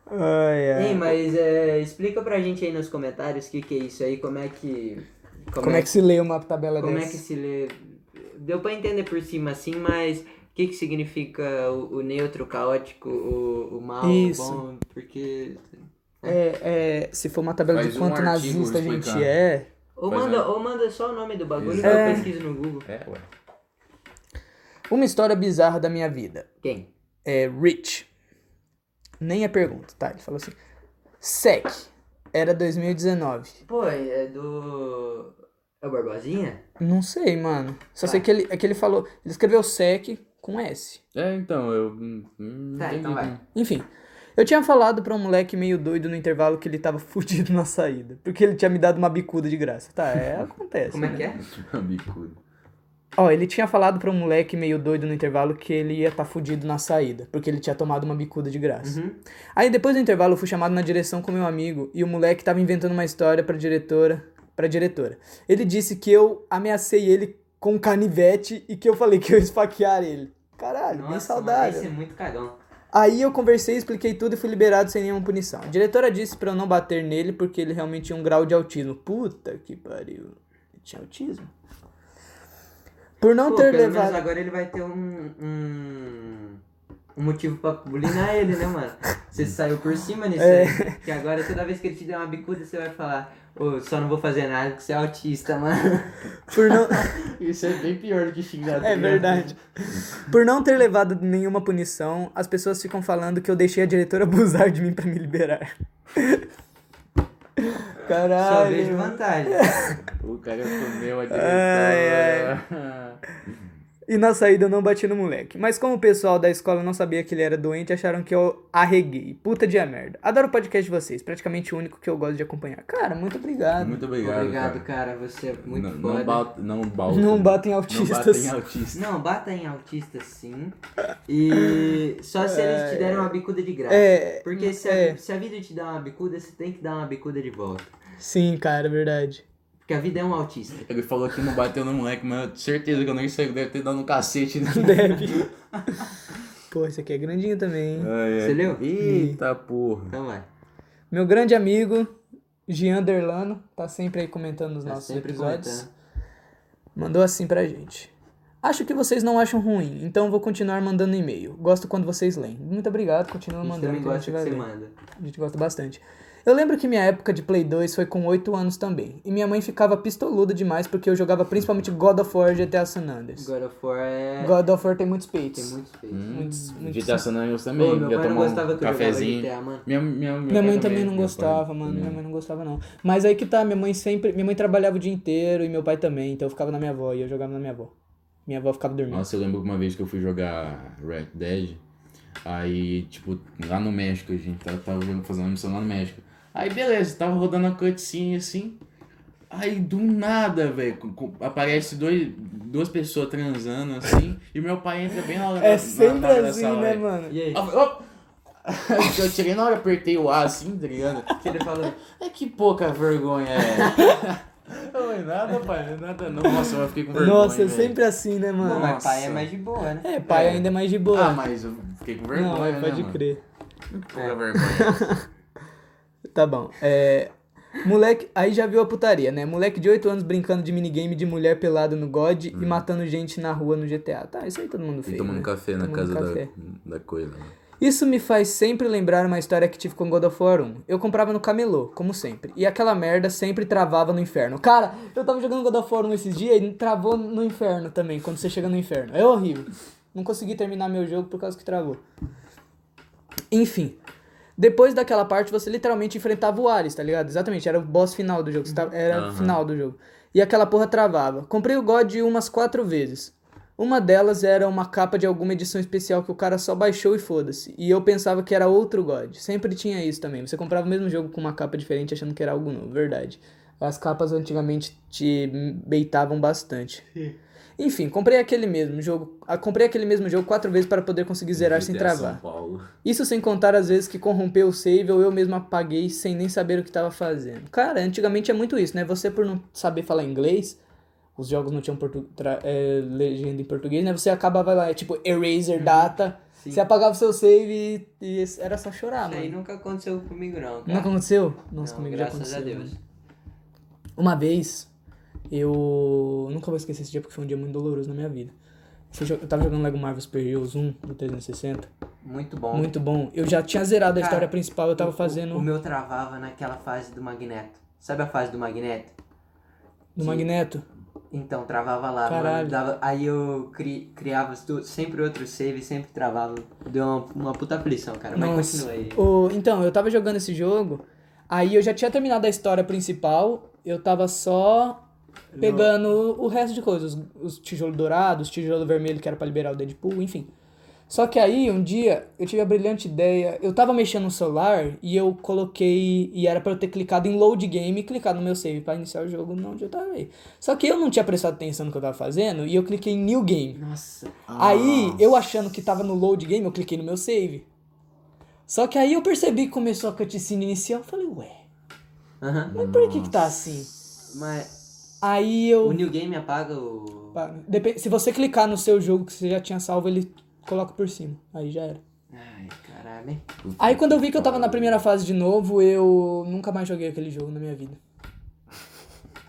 Ai, Ei, mas é, explica pra gente aí nos comentários o que, que é isso aí, como é que. Como é que se lê uma tabela como é dessa? que se lê. Deu pra entender por cima assim, mas o que, que significa o, o neutro, o caótico, o, o mal, Isso. o bom? Porque. É, é, se for uma tabela Faz de um quanto artigo nazista a gente explicando. é. Ou Pois manda, é. ou manda só o nome do bagulho Exato. que É. eu pesquiso no Google. É, ué. Uma história bizarra da minha vida. Quem? É Rich. Nem é pergunta, tá? Ele falou assim. Sec. Era 2019. Pô, é do. É o Barbosinha? Não sei, mano. Só Vai. sei que ele, é que ele falou. Ele escreveu sec com S. É, então, eu. hum, hum, Tá, entendi. então vai. Enfim. Eu tinha falado pra um moleque meio doido no intervalo que ele tava fudido na saída. Porque ele tinha me dado uma bicuda de graça. Tá, é, acontece. Como é né? que é? Bicudo. Ó, ele tinha falado pra um moleque meio doido no intervalo que ele ia tá fudido na saída. Porque ele tinha tomado uma bicuda de graça. Uhum. Aí depois do intervalo eu fui chamado na direção com meu amigo e o moleque tava inventando uma história pra diretora, pra diretora. Ele disse que eu ameacei ele com um canivete e que eu falei que eu ia esfaquear ele. Caralho, bem Nossa, mano, saudável. Esse é muito cagão. Aí eu conversei, expliquei tudo e fui liberado sem nenhuma punição. A diretora disse pra eu não bater nele porque ele realmente tinha um grau de autismo. Puta que pariu. Ele tinha autismo. Por não Pô, ter pelo menos levado. agora ele vai ter um, um, um motivo pra bulinar ele, né, mano? Você saiu por cima nisso É. aí. Que agora toda vez que ele te der uma bicuda, você vai falar, ô, só não vou fazer nada porque você é autista, mano. Por não... Isso é bem pior do que xingar. É verdade. Por não ter levado nenhuma punição, as pessoas ficam falando que eu deixei a diretora abusar de mim pra me liberar. Só vejo Caralho. mano. vantagem. O cara é comeu a Ai, diretora. E na saída eu não bati no moleque. Mas como o pessoal da escola não sabia que ele era doente, acharam que eu arreguei. Puta de a merda. Adoro o podcast de vocês, praticamente o único que eu gosto de acompanhar. Cara, muito obrigado. Muito obrigado. Obrigado, cara. cara. Você é muito não, foda. não, bate, não bate. Não batem né? Não autistas. batem autistas. Não, bata em autista sim. E só se eles te deram uma bicuda de graça. É, Porque se a, é. se a vida te dá uma bicuda, você tem que dar uma bicuda de volta. Sim, cara, é verdade. Porque a vida é um autista. Ele falou que não bateu no moleque, mas eu tenho certeza que eu nem sei, deve ter dado um cacete. né? Deve. Pô, esse aqui é grandinho também. hein? Ai, ai. Você leu? Eita porra. Então vai. Meu grande amigo, Gian Derlano, tá sempre aí comentando nos Tá nossos sempre então. episódios. comentando. Mandou assim pra gente. Acho que vocês não acham ruim, então vou continuar mandando e-mail. Gosto quando vocês leem. Muito obrigado, continua A gente mandando. também que a gente gosta que vai você ler. manda. A gente gosta bastante. Eu lembro que minha época de Play 2 foi com 8 anos também, e minha mãe ficava pistoluda demais porque eu jogava principalmente God of War e GTA San Andreas. God of War é... God of War tem muitos Tem peitos. muitos peitos. Muitos- muitos- GTA Hum, San Andreas também. Pô, meu pai já não tomou um gostava que Hum, eu cafezinho. jogava GTA, mano. Minha, minha, meu Minha pai mãe também não meu pai gostava, mano. também. Minha mãe não gostava, não. Mas aí que tá, minha mãe sempre. Minha mãe trabalhava o dia inteiro e meu pai também, então eu ficava na minha avó e eu jogava na minha avó. Minha avó ficava dormindo. Nossa, eu lembro que uma vez que eu fui jogar Red Dead, aí, tipo, lá no México, a gente tava, tava jogando- fazendo uma missão lá no México. Aí, beleza, tava rodando a cutscene assim. Aí, do nada, velho, co- co- aparece dois, duas pessoas transando assim, e meu pai entra bem na hora da- é na- sempre na hora da assim, sala, né, velho. mano? E aí? Ah, ó. Eu tirei na hora, apertei o A assim, tá ligado? O que ele falou? É que pouca vergonha é. Não é nada, pai, não é nada não. Nossa, eu fiquei com vergonha. Nossa, é velho. sempre assim, né, Pô, mano? mas pai é mais de boa, né? É, pai É. ainda é mais de Ah, boa. mas eu fiquei com vergonha. Não, é, né, pode mano? crer. Pouca vergonha. Tá bom. É. Moleque, aí já viu a putaria, né? Moleque de 8 anos brincando de minigame de mulher pelada no God e matando gente na rua no GTA. Tá, isso aí todo mundo fez. Hum. E tomando né? café na Tomando casa café. Da, da coisa. né? Isso me faz sempre lembrar uma história que tive com God of War 1. Eu comprava no camelô, como sempre. E aquela merda sempre travava no inferno. Cara, eu tava jogando God of War 1 esses dias e travou no inferno também, quando você chega no inferno. É horrível. Não consegui terminar meu jogo por causa que travou. Enfim. Depois daquela parte, você literalmente enfrentava o Ares, tá ligado? Exatamente, era o boss final do jogo. você tava- Era o Aham. final do jogo. E aquela porra travava. Comprei o God umas quatro vezes. Uma delas era uma capa de alguma edição especial que o cara só baixou e foda-se. E eu pensava que era outro God. Sempre tinha isso também. Você comprava o mesmo jogo com uma capa diferente achando que era algo novo, verdade. As capas antigamente te beitavam bastante. Enfim, comprei aquele mesmo jogo. ah, Comprei aquele mesmo jogo quatro vezes para poder conseguir zerar sem GTA São travar. Paulo. Isso sem contar as vezes que corrompeu o save ou eu mesmo apaguei sem nem saber o que estava fazendo. Cara, antigamente é muito isso, né? Você por não saber falar inglês, os jogos não tinham portu- tra- é, legenda em português, né? Você acabava lá, é tipo eraser data, Uhum. Sim. você apagava o seu save e, e era só chorar, Isso aí mano. nunca aconteceu comigo não, cara. Nunca aconteceu? Nossa, Não, comigo já graças aconteceu. a Deus. Uma vez, eu nunca vou esquecer esse dia porque foi um dia muito doloroso na minha vida. Fui jo- Eu tava jogando Lego um, Marvel Super Heroes 1 do 360. Muito bom. Muito bom. Eu já tinha zerado a Cara, história principal, eu tava O- o- fazendo O, meu travava naquela fase do Magneto. Sabe a fase do Magneto? do de- Magneto. Então, travava lá, Caralho. mano. Dava, aí eu cri- criava tu- sempre outro save, sempre travava. Deu uma, uma puta aflição, cara. Mas Nossa. é continua aí. O- então, eu tava jogando esse jogo, aí eu já tinha terminado a história principal, eu tava só pegando o resto de coisas, os, os tijolos dourados, os tijolos vermelhos que era pra liberar o Deadpool, enfim. Só que aí, um dia, eu tive a brilhante ideia, eu tava mexendo no celular e eu coloquei, e era pra eu ter clicado em load game e clicado no meu save pra iniciar o jogo onde eu tava aí. Só que eu não tinha prestado atenção no que eu tava fazendo e eu cliquei em new game. Nossa. Ah. Aí, eu achando que tava no load game, eu cliquei no meu save. Só que aí eu percebi que começou a cutscene inicial, eu falei, ué, Aham. mas por que que tá assim? Mas Aí o eu... New Game apaga o. Pá, depe- Se você clicar no seu jogo que você já tinha salvo, ele coloca por cima. Aí já era. Ai, caralho. hein? Aí quando eu vi que eu tava na primeira fase de novo, eu nunca mais joguei aquele jogo na minha vida.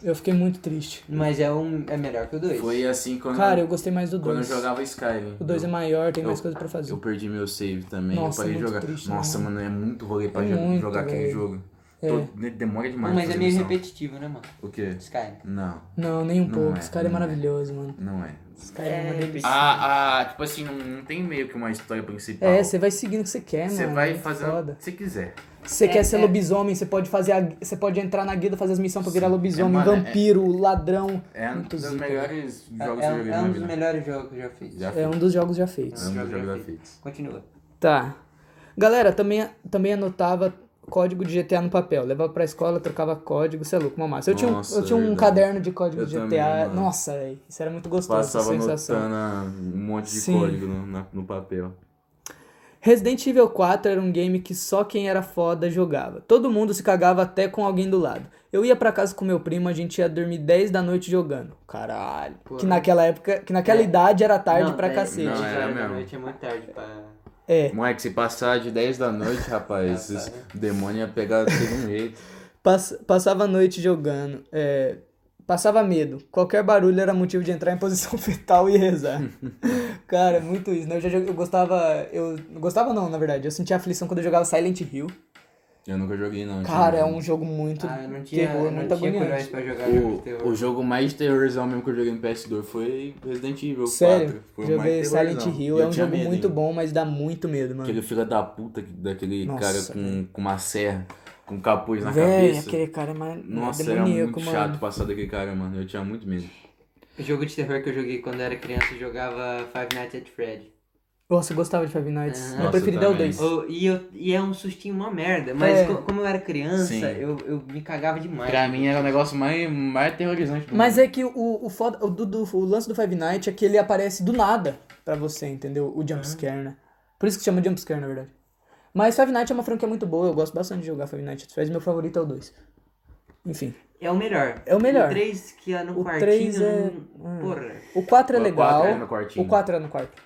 Eu fiquei muito triste. Mas é, um, é melhor que o 2. Foi assim quando, Cara, eu gostei mais do quando eu 2. jogava Skyrim. O 2 é maior, tem mais eu- coisa pra fazer. Eu perdi meu save também, Nossa, eu parei de muito jogar. triste, Nossa, né? mano, é muito rolê pra É jo- muito, jogar aquele velho. jogo. É. Tô- de- demora demais. Mas é pra fazer meio missão. repetitivo, né, mano? O quê? Sky. Não, Não, nem um Não pouco. é, Esse cara é não é. maravilhoso, mano. não é. Esse cara é, uma delícia. Ah, ah, tipo assim, não, não tem meio que uma história principal. É, você vai seguindo o que você quer, Você mano. vai é fazendo o Foda. que você quiser. Você quer ser lobisomem, você pode fazer a- você pode entrar na guilda, fazer as missões pra virar lobisomem, mano, é- vampiro, ladrão. É um Muito dos zica, melhores É, jogos é que eu um, joguei é na um minha dos vida. melhores jogos que eu já fiz. Já É um dos jogos já feitos. É um dos jogos jogos já já fiz. feitos. Continua. Tá. Galera, também, também anotava código de GTA no papel. Levava pra escola, trocava código, sei lá, louco, uma massa. Eu tinha, um- Nossa, é eu tinha um verdade. caderno de código Eu de GTA. também, mano. Nossa, velho, isso era muito gostoso, Passava essa sensação. anotando ah, um monte de Sim. código no, na- no papel. Resident Evil 4 era um game que só quem era foda jogava. Todo mundo se cagava até com alguém do lado. Eu ia pra casa com meu primo, a gente ia dormir 10 da noite jogando. Caralho. Pô, que naquela época, que naquela É. idade era tarde pra dez- cacete. não, dez era horas da mesmo. noite é muito tarde pra. É. Moleque, se passar de 10 da noite, rapaz, Já esses sabe. demônios iam pegar de todo jeito. Pass- passava a noite jogando. É, passava medo. Qualquer barulho era motivo de entrar em posição fetal e rezar. Cara, muito isso, né? Eu já joguei- eu gostava. Eu não gostava não, na verdade. Eu sentia aflição quando eu jogava Silent Hill. Eu nunca joguei, não. Cara, é tinha- um jogo muito Ah, eu não tinha, terror, eu não muito tinha coragem agoniante. pra jogar jogo de O, terror. um- o jogo mais terrorzão mesmo que eu joguei no PS2 foi Resident Evil Sério, 4. Foi o joguei mais Silent terrorzão. Hill, Eu é um tinha jogo medo, muito hein? bom, mas dá muito medo, mano. Aquele filho da puta que- daquele Nossa, cara com, velho. com uma serra, com um capuz na Véi, cabeça. aquele cara é ma- Nossa, era demoníaco, muito mano. chato passar daquele cara, mano. Eu tinha muito medo. O jogo de terror que eu joguei quando era criança, eu jogava Five Nights at Freddy. Nossa, eu gostava de Five Nights. Ah. Meu Nossa, preferido é eu o 2. também. Oh, e, eu, e é um sustinho, uma merda. Mas É. co- como eu era Sim. criança, eu, eu me cagava demais. Pra mim era o negócio mais, mais aterrorizante do Mas mundo. é que o, o, foda- o, do- do- o lance do Five Nights é que ele aparece do nada pra você, entendeu? O jumpscare, né? Por isso que chama jumpscare, na verdade. Mas Five Nights é uma franquia muito boa, eu gosto bastante de jogar Five Nights at Freddy's, meu favorito é o 2. Enfim, É o melhor. É o melhor. O 3 que é no O quartinho. três é- não- Porra. o 4 é O legal. quatro é no quartinho. O 4 é no quarto.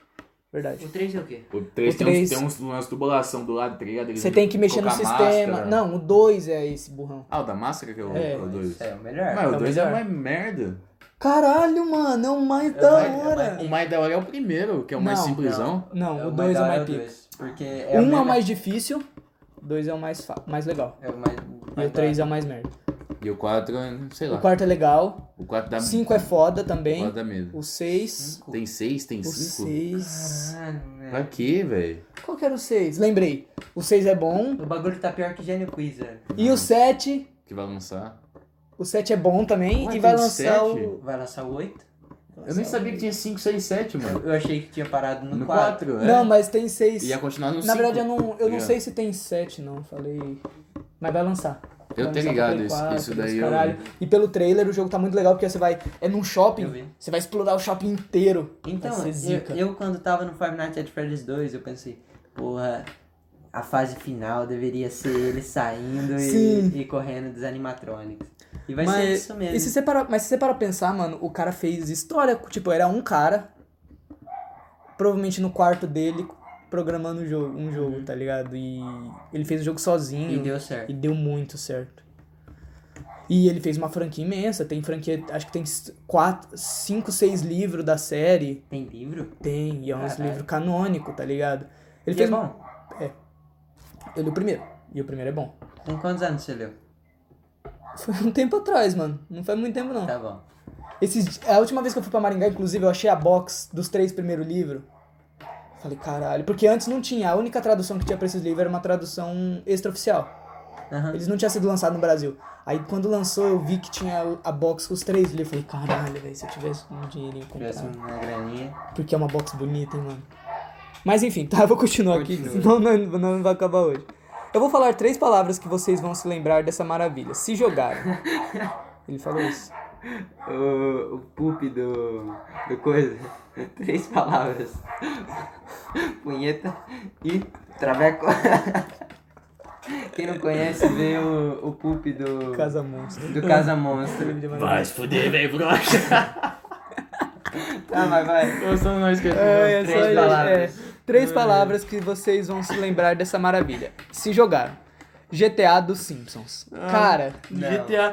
Verdade. O 3 é o quê? O 3 o tem, uns- três- tem uns, umas tubulação do lado, tá ligado? Eles Você tem que mexer no colocar sistema. máscara. Não, o 2 é esse burrão. Ah, o da máscara que é o É. 2. É o melhor. Mas É o o 2 é melhor. mais merda. Caralho, mano, é o mais É da mais- é hora. O mais da hora é o primeiro, que é o mais Não, simplesão. Não, É o mais 2 da é o hora, mais o pica. dois, Porque é o Um é o melhor- mais difícil, dois é o mais, fa- mais legal. É o mais. E o 3 é o mais merda. Tá. E o 4, sei lá. O quarto é legal. O 4 dá, O 5 é foda também. dá medo. O Hum. 6. Tem 6, tem O 5? 6. Pra quê, velho? Qual que era o 6? Lembrei. O 6 é bom. O bagulho tá pior que Gênio Quiz, velho. E o 7. Que vai lançar. O 7 é bom também. Ué, e vai tem lançar sete? o. Vai lançar o 8? Eu nem sabia que tinha 5, 6, 7, mano. Eu achei que tinha parado no No 4. 4, é. Não, mas tem seis. Ia continuar no 5. Na verdade, eu não, eu não Obrigado. sei se tem sete, não. Falei. Mas vai lançar. Eu Vai tô lançar pra ligado, Play isso- 4, isso daí esse eu- caralho. E pelo trailer, o jogo tá muito legal porque você vai. É num Eu shopping, vi. você vai explorar o shopping inteiro. Então, vai ser zica. eu, eu quando tava no Five Nights at Freddy's 2, eu pensei, porra, a fase final deveria ser ele saindo Sim. e, e correndo dos animatronics. E vai mas, ser isso mesmo. e se você parar- mas se você parar pra pensar, mano, o cara fez história. Tipo, era um cara. Provavelmente no quarto dele, programando um jogo, um jogo tá ligado? E ele fez o jogo sozinho. Uhum. E deu E certo. deu muito certo. E ele fez uma franquia imensa. Tem franquia, acho que tem s- quatro, cinco, seis livros da série. Tem livro? Tem, e é um Caralho. livro canônico, tá ligado? Ele E fez. um é bom. Eu li o primeiro. E o primeiro é bom. Com quantos anos você leu? Foi um tempo atrás, mano. Não faz muito tempo, não. Tá bom. Esses, di- a última vez que eu fui pra Maringá, inclusive, eu achei a box dos três primeiros livros. Falei, caralho. Porque antes não tinha. A única tradução que tinha pra esses livros era uma tradução extraoficial. Aham. Eles não tinham sido lançados no Brasil. Aí quando lançou, eu vi que tinha a box com os três livros. Eu Falei, caralho, velho, se eu tivesse um dinheirinho eu Tivesse um- comprava. uma graninha. Porque é uma box bonita, hein, mano. Mas enfim, tá, eu vou continuar aqui, Continua. senão não, não vai acabar hoje. Eu vou falar três palavras que vocês vão se lembrar dessa maravilha. Se jogarem. Ele falou isso. O, o poop do, do coisa. Três palavras. Punheta e traveco. Quem não conhece, vê o, o poop do, Casa Monstro. do Casa Monstro. Vai se fuder, velho, broxa. Tá, mas vai. Eu só não esqueci. É, é não. só Três ele- palavras. é. três palavras que vocês vão se lembrar dessa maravilha. Se jogaram. GTA dos Simpsons. Ah. Cara, Não. GTA,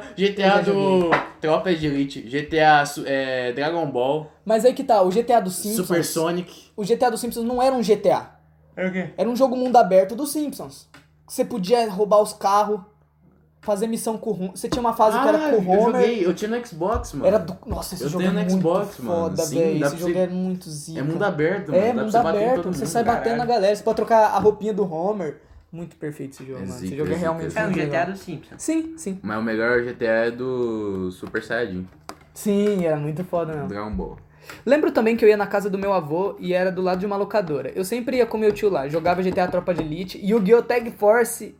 já GTA do Tropa de Elite, GTA su- é, Dragon Ball, mas aí que tá, o GTA dos Simpsons. Super Sonic. O GTA dos Simpsons não era um GTA. É o quê? Era um jogo mundo aberto dos Simpsons. Que Você podia roubar os carros, fazer missão com o Homer. Você tinha uma fase que era com eu o Homer. joguei, eu tinha no Xbox, mano. Era do... Nossa, esse Eu jogo é tenho no muito Xbox, mano. foda, Sim, velho. dá Esse pra jogo você- é muito zica. É mundo aberto, mano. É, dá pra mundo você bater em aberto. todo Você mundo, sai batendo na caralho. galera. Você pode trocar a roupinha do Homer. Muito perfeito esse jogo, É mano. zica, esse jogo é zica, realmente zica. É um muito GTA legal. do Simpsons. Sim, sim. Mas o melhor GTA é do Super Saiyajin, Sim, era muito foda mesmo. Dragon Ball. Lembro também que eu ia na casa do meu avô e era do lado de uma locadora. Eu sempre ia com meu tio lá, jogava GTA Tropa de Elite, Yu-Gi-Oh! Tag Force.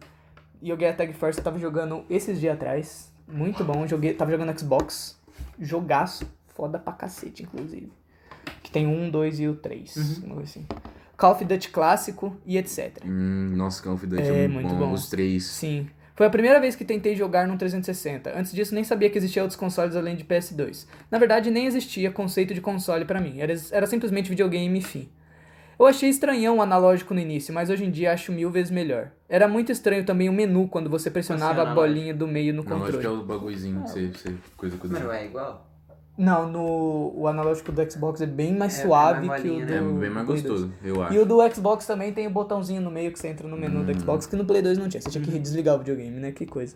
Yu-Gi-Oh! Tag Force eu tava jogando esses dias atrás. Muito bom, joguei, tava jogando Xbox. Jogaço, foda pra cacete, inclusive. Que tem um, dois e o três. uma coisa assim. Call of Duty clássico e etc. Hum, nossa, Confidante É, muito bom. Os três. Sim. Foi a primeira vez que tentei jogar num 360. Antes disso, nem sabia que existia outros consoles além de PS2. Na verdade, nem existia conceito de console pra mim. Era, era simplesmente videogame e fim. Eu achei estranhão o analógico no início, mas hoje em dia acho mil vezes melhor. Era muito estranho também o menu quando você pressionava a analógico. bolinha do meio no Não, acho que é controle. o bagulhozinho que você, você coisa com o Mas dedo. não é igual? Não, no, o analógico do Xbox é bem mais É, suave mais que o molinho, do É bem mais Play 2. gostoso, eu acho. E o do Xbox também tem o botãozinho no meio que você entra no menu Hum. do Xbox, que no Play 2 não tinha. Você tinha Uhum. que desligar o videogame, né? Que coisa.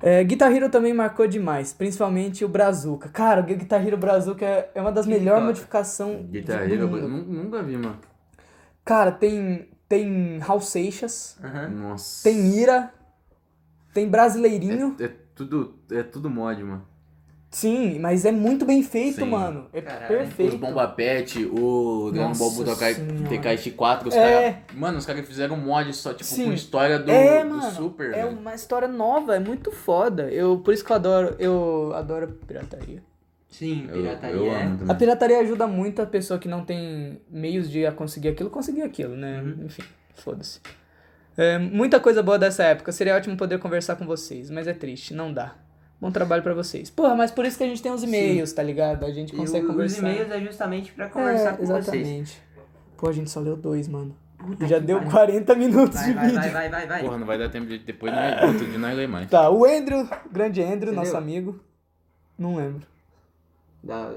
É, Guitar Hero também marcou demais, principalmente o Brazuca. Cara, o Guitar Hero Brazuca é- é uma das Que melhores top. modificações Guitar do Hero, eu mundo. nu- nunca vi, mano. Cara, tem, tem Hal Seixas, Aham. Nossa. tem Ira, tem Brasileirinho. É, é tudo, é tudo mod, mano. Sim, mas é muito bem feito, Sim. mano. É Caralho. perfeito. Os Bomba Pet, o Dragon Ball Nossa Budokai Senhora. Tenkaichi 4, os É. caras... Mano, os caras fizeram um mod só, tipo, Sim. com história do, é, do mano, Super. né? é velho. uma história nova, é muito foda. Eu, por isso que eu adoro, eu adoro pirataria. Sim, Eu, pirataria. eu é. amo A também. pirataria ajuda muito a pessoa que não tem meios de a conseguir aquilo, conseguir aquilo, né? Uhum. Enfim, foda-se. É, muita coisa boa dessa época. Seria ótimo poder conversar com vocês, mas é triste, não dá. Bom trabalho pra vocês. Porra, mas por isso que a gente tem os e-mails, tá ligado? A gente E consegue o- os conversar. e-mails é justamente pra conversar É, com vocês. exatamente. Pô, a gente só leu dois, mano. Puta Já que deu pariu. 40 minutos Vai, de vai, vídeo. vai, vai, vai, vai. Porra, não vai dar tempo de depois nós, outro dia nós ler mais. Tá, o Andrew, grande Andrew, Você nosso leu? amigo. Não lembro. Dá-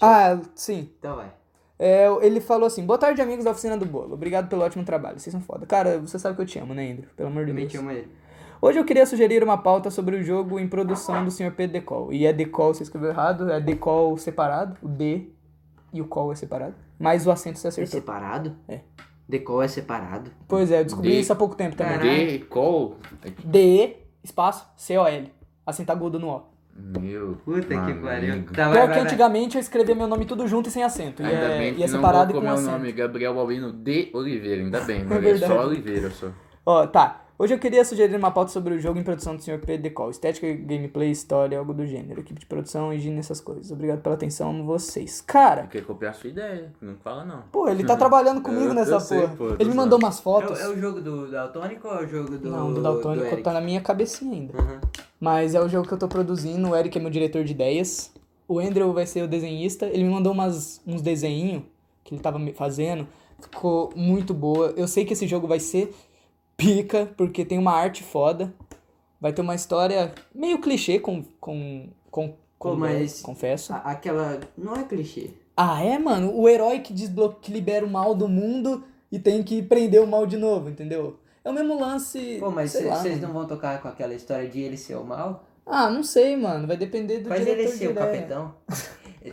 Ah, sim. Então vai. É, ele falou assim: Boa tarde, amigos da oficina do bolo. Obrigado pelo ótimo trabalho. Vocês são foda. Cara, você sabe que eu te amo, né, Andrew? Pelo amor de Eu Deus. te amo ele. Hoje eu queria sugerir uma pauta sobre o jogo em produção do Sr. P. Decol. E é Decol, você escreveu errado, é Decol separado, o D e o col é separado. Mas o acento você É acertou. separado? É. Decol é separado? Pois é, eu descobri D. isso há pouco tempo também. Caralho. D, Cole, D, espaço, C-O-L. Acento agudo no O. Meu. Puta que pariu. amigo. Tá, vai, Igual que é vai, vai. antigamente eu escrevia meu nome tudo junto e sem acento. E, Ainda é, bem e que é não separado vou e com comer o acento. nome Gabriel Albino de Oliveira, ainda bem, meu, é verdade. só Oliveira só. Ó, tá. Hoje eu queria sugerir uma pauta sobre o jogo em produção do Sr. Pedro Decol. Estética, gameplay, história, algo do gênero. Equipe de produção, higiene, essas coisas. Obrigado pela atenção vocês. Cara, Quer é copiar a sua ideia, não fala não. pô, ele Hum. tá trabalhando comigo Eu- eu nessa sei, porra. pô, eu tô ele me mandou zoando. umas É, o- fotos. é o jogo do Daltônico ou é o jogo do. Não, do do Daltônico Eric? tá na minha cabecinha ainda. Uhum. Mas é o jogo que eu tô produzindo, o Eric é meu diretor de ideias. O Andrew vai ser o desenhista. Ele me mandou umas, uns desenhinhos que ele tava me fazendo. Ficou muito boa. Eu sei que esse jogo vai ser pica, porque tem uma arte foda. Vai ter uma história meio clichê, com, com, com, Pô, com- né, mas- confesso. A- Ah, Aquela. Não é clichê. Ah, é, mano? O herói que, desbloque... que libera o mal do mundo e tem que prender o mal de novo, entendeu? É o mesmo lance. Pô, mas sei lá, vocês mano. não vão tocar com aquela história de ele ser o mal? Ah, não sei, mano. Vai depender do Faz diretor ele de ser o ideia. capitão.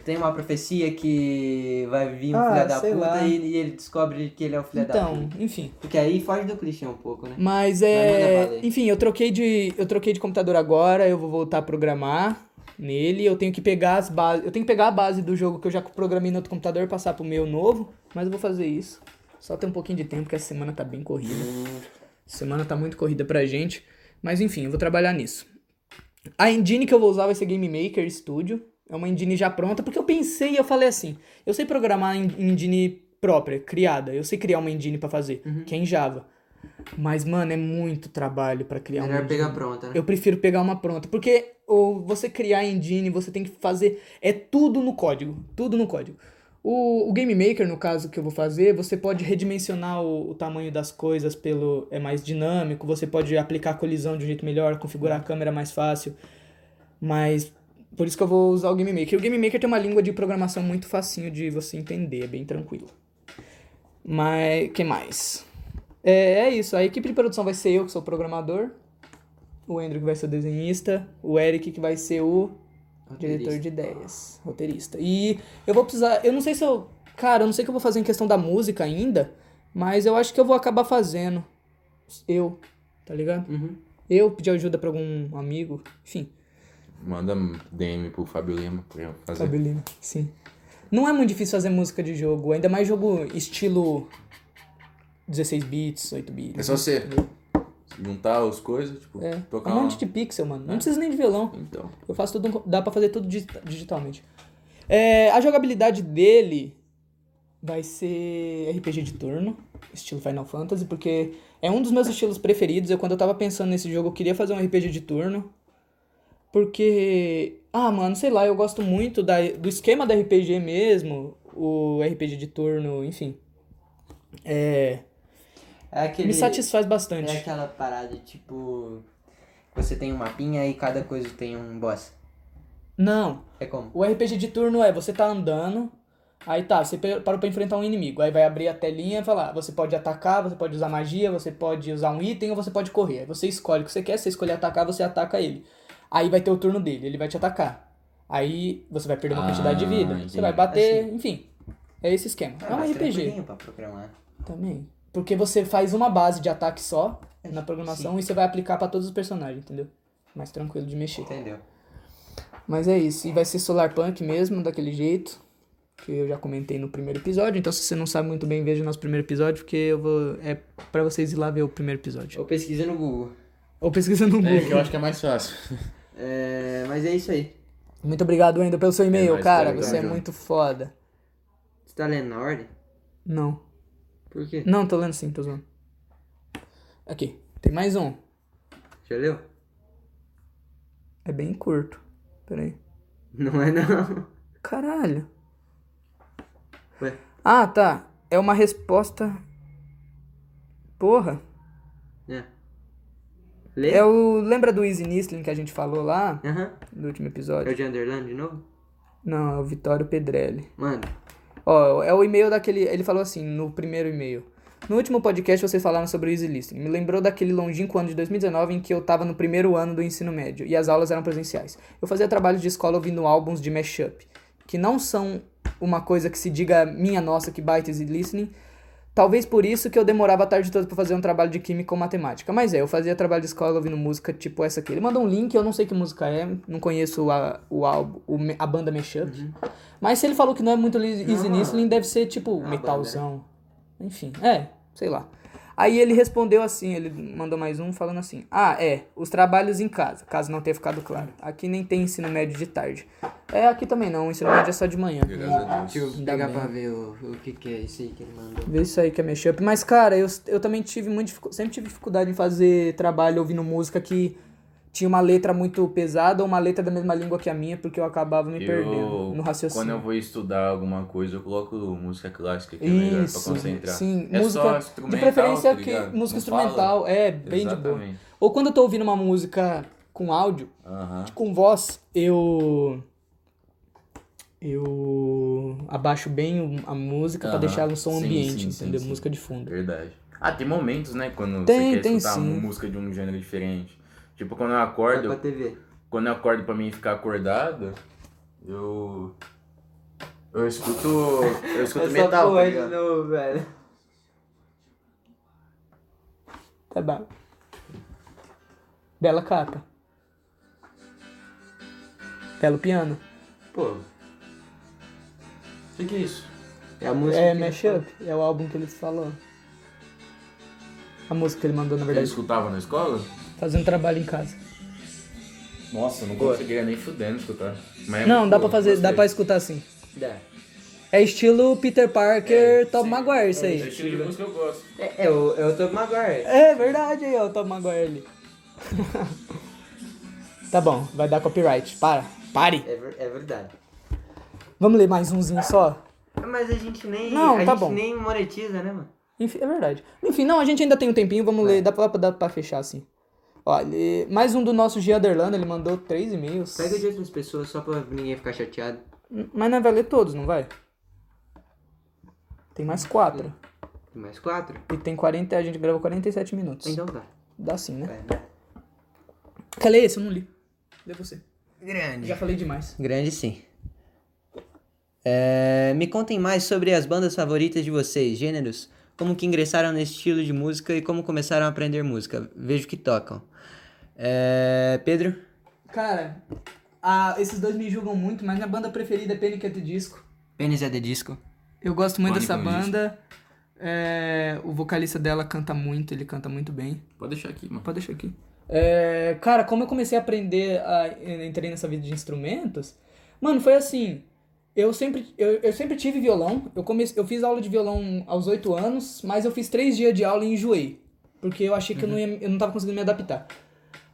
Tem uma profecia que vai vir um Ah, filho da sei lá. puta e, e ele descobre que ele é o filho da Então, Hum, puta. enfim. Porque aí foge do clichê um pouco, né? Mas Mas é. manda bala aí. enfim, eu troquei de. Eu troquei de computador agora, eu vou voltar a programar nele. Eu tenho que pegar as bases. Eu tenho que pegar a base do jogo que eu já programei no outro computador e passar pro meu novo. Mas eu vou fazer isso. Só tem um pouquinho de tempo, que essa semana tá bem corrida. Semana tá muito corrida pra gente. Mas enfim, eu vou trabalhar nisso. A engine que eu vou usar vai ser Game Maker Studio. É uma engine já pronta, porque eu pensei e eu falei assim: eu sei programar em em engine própria, criada. Eu sei criar uma engine pra fazer, Uhum. que é em Java. Mas, mano, é muito trabalho pra criar uma Melhor engine. pegar pronta, né? Eu prefiro pegar uma pronta, porque ou você criar engine, você tem que fazer. É tudo no código. Tudo no código. O, o Game Maker, no caso que eu vou fazer, você pode redimensionar o, o tamanho das coisas pelo. É mais dinâmico, você pode aplicar a colisão de um jeito melhor, configurar a câmera mais fácil. Mas. Por isso que eu vou usar o Game Maker. O Game Maker tem uma língua de programação muito facinho de você entender, é bem tranquilo. Mas. que mais? É, é isso. A equipe de produção vai ser eu, que sou o programador o Andrew que vai ser o desenhista, o Eric que vai ser o diretor de ideias, roteirista. E eu vou precisar, eu não sei se eu, cara, eu não sei o que eu vou fazer em questão da música ainda, mas eu acho que eu vou acabar fazendo eu, tá ligado? Uhum. Eu pedir ajuda pra algum amigo, enfim, Manda DM pro Fábio Lima pra eu fazer. sabe Lima, sim. Não é muito difícil fazer música de jogo, ainda mais jogo estilo 16 bits, 8 bits. É só você juntar as coisas, tipo, É, tocar um uma- É. monte de pixel, mano. Não precisa nem de violão. Então, Eu faço tudo. Dá pra fazer tudo digi- digitalmente. É, a jogabilidade dele vai ser RPG de turno, estilo Final Fantasy, porque é um dos meus estilos preferidos. Eu, quando eu tava pensando nesse jogo, eu queria fazer um RPG de turno. Porque. Ah, mano, sei lá, eu gosto muito da- do esquema da RPG mesmo. O RPG de turno, enfim. É, É aquele, me satisfaz bastante. É aquela parada, tipo. Você tem um mapinha e cada coisa tem um boss. Não, É como? O RPG de turno é você tá andando, aí tá, você pe- parou pra enfrentar um inimigo, aí vai abrir a telinha e falar, você pode atacar, você pode usar magia, você pode usar um item ou você pode correr. Aí você escolhe o que você quer, se você escolher atacar, você ataca ele. Aí vai ter o turno dele, ele vai te atacar. Aí você vai perder uma Ah, quantidade de vida, você entendi. Assim. vai bater, enfim. É esse esquema. É um mas RPG tranquilinho Pra programar. também. Porque você faz uma base de ataque só É, na programação e você vai aplicar pra todos os personagens, entendeu? Mais tranquilo de mexer. Entendeu? Mas é isso, e vai ser Solar Punk mesmo, daquele jeito, que eu já comentei no primeiro episódio, então se você não sabe muito bem, veja o nosso primeiro episódio, porque eu vou é para vocês ir lá ver o primeiro episódio. Ou pesquisa no Google. Ou pesquisa no é que eu Google. acho que é mais fácil. É, mas é isso aí. Muito obrigado ainda pelo seu É e-mail, nóis, cara, tamo você é junto. muito foda. Você tá lendo na ordem? Não. Por quê? Não, tô lendo sim, tô zoando. Aqui, tem mais um. Já leu? É bem curto. Peraí. Não é não. Caralho. Ué. Ah, tá. É uma resposta. Porra. É. Lê? É o. Lembra do Easy Nistling que a gente falou lá? Aham. No último É o episódio? de Underland de novo? Não, é o Vitório Pedrelli. Mano, Ó, é o e-mail daquele. Ele falou assim, no primeiro e-mail. No último podcast vocês falaram sobre o Easy Listening. Me lembrou daquele longínquo ano de 2019 em que eu tava no primeiro ano do ensino médio e as aulas eram presenciais. Eu fazia trabalho de escola ouvindo álbuns de mashup, que não são uma coisa que se diga minha nossa, que baita Easy Listening, Talvez por isso que eu demorava a tarde toda pra fazer um trabalho de química ou matemática. Mas é, eu fazia trabalho de escola ouvindo música tipo essa aqui. Ele mandou um link, eu não sei que música é, não conheço a, o álbum, o me- a banda Mashup. Mas se ele falou que não é muito li- Easy Uhum. Não, É Listening, deve ser tipo uma né? metalzão. Enfim, é, sei lá. Aí ele respondeu assim, ele mandou mais um falando assim: Ah, é, os trabalhos em casa, caso não tenha ficado claro. Aqui nem tem ensino médio de tarde. É, aqui também não, o ensino médio é só de manhã. Graças a Deixa Deus. eu Ainda pegar bem. pra ver o, o que, que é isso aí que ele mandou. Vê isso aí que é mashup. Mas, cara, eu, eu também tive muito dificu- sempre tive dificuldade em fazer trabalho ouvindo música que tinha uma letra muito pesada ou uma letra da mesma língua que a minha, porque eu acabava me perdendo Eu, no raciocínio. Quando assim. eu vou estudar alguma coisa, eu coloco música clássica que é melhor pra Isso, concentrar. sim. É só música, de instrumental, preferência tá que ligado? música Não fala. instrumental, é, bem de boa. Exatamente. Ou quando eu tô ouvindo uma música com áudio, Aham. com voz, eu. Eu abaixo bem o- a música pra Aham, deixar um som Ah, sim, ambiente, sim, sim, entendeu? sim. Música de fundo. Verdade. Ah, tem momentos, né, quando Tem, você quer tem escutar sim. uma música de um gênero diferente. Tipo, quando eu Vai acordo, pra TV. quando eu acordo pra mim ficar acordado, eu. Eu escuto. Eu É escuto metal. tá porra de ligado? novo, velho. Tá bom. Bela capa. Belo piano. Pô, O que, que é isso? é a música. É que- Mashup, é o álbum que ele falou. A música que ele mandou, na Ele verdade. escutava na escola? Fazendo trabalho em casa. Nossa, eu não conseguiria nem fudendo escutar. Mas, Não, dá É, pô, pra fazer, dá gostei. pra escutar assim. Dá. É estilo Peter Parker, Tom sim. Maguire, isso É o aí. estilo de música que eu gosto. É, é o, é o Tom Maguire. É verdade aí, ó, o Tom Maguire ali. tá bom, vai dar copyright. Para, pare. É, ver- é verdade. Vamos ler mais umzinho só? Mas a gente nem. Não, a tá gente bom. nem monetiza, né, mano? Enfim, é verdade. Enfim, não, a gente ainda tem um tempinho, vamos É. ler, dá pra, dá pra fechar assim. Olha, e- mais um do nosso Giaderlando, ele mandou três e-mails. Pega de outras pessoas só pra ninguém ficar chateado. Mas não é, vai ler todos, não vai? Tem mais quatro. Tem mais quatro? E tem 40, a gente gravou 47 minutos. Então tá. Dá sim, né? Vai, vai. Quer ler esse? Eu não li. Lê você. Grande. Já falei demais. Grande sim. É, me contem mais sobre as bandas favoritas de vocês, gêneros, como que ingressaram nesse estilo de música e como começaram a aprender música. Vejo que tocam. É, Pedro? Cara, a- esses dois me julgam muito, mas minha banda preferida é Panic! At The Disco. Pênis é de disco. Eu gosto muito Pânico dessa no disco. banda. É, o vocalista dela canta muito, ele canta muito bem. Pode deixar aqui, mano. Pode deixar aqui. É, cara, como eu comecei a aprender, a, entrei nessa vida de instrumentos, mano, foi assim. Eu sempre, eu, eu sempre tive violão. Eu, comecei, eu fiz aula de violão aos 8 anos, mas eu fiz três dias de aula e enjoei. Porque eu achei que eu, não Uhum. ia, eu não tava conseguindo me adaptar.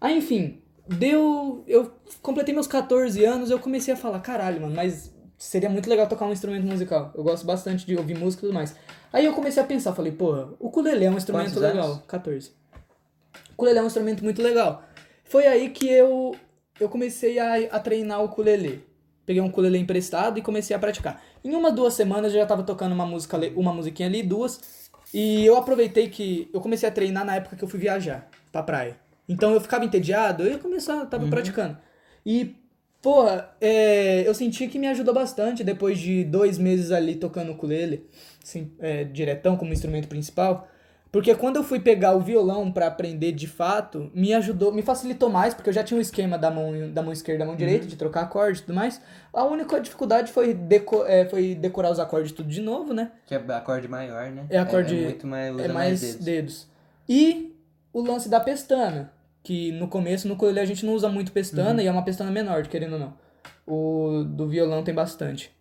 Aí, enfim, deu. Eu completei meus 14 anos, eu comecei a falar, caralho, mano, mas seria muito legal tocar um instrumento musical. Eu gosto bastante de ouvir música e tudo mais. Aí eu comecei a pensar, falei, porra, o ukulele é um instrumento Quantos legal. anos? 14. O ukulele é um instrumento muito legal. Foi aí que eu, eu comecei a, a treinar o ukulele. Peguei um ukulele emprestado e comecei a praticar. Em uma, duas semanas eu já tava tocando uma, música, ali- uma musiquinha ali, duas. E eu aproveitei que eu comecei a treinar na época que eu fui viajar pra praia. Então eu ficava entediado, eu ia começar, tava praticando. E, porra, é, eu senti que me ajudou bastante depois de dois meses ali tocando ukulele, assim, é, diretão como instrumento principal. Porque quando eu fui pegar o violão pra aprender de fato, me ajudou, me facilitou mais, porque eu já tinha um esquema da mão, da mão esquerda e da Uhum. mão direita, de trocar acorde e tudo mais. A única dificuldade foi, deco- é, foi decorar os acordes tudo de novo, né? Que é acorde maior, né? É acorde- É, muito mais, usa é mais mais dedos. dedos. E o lance da pestana, que no começo, no ukulele, a gente não usa muito pestana Uhum. e é uma pestana menor, querendo ou não. O do violão tem bastante.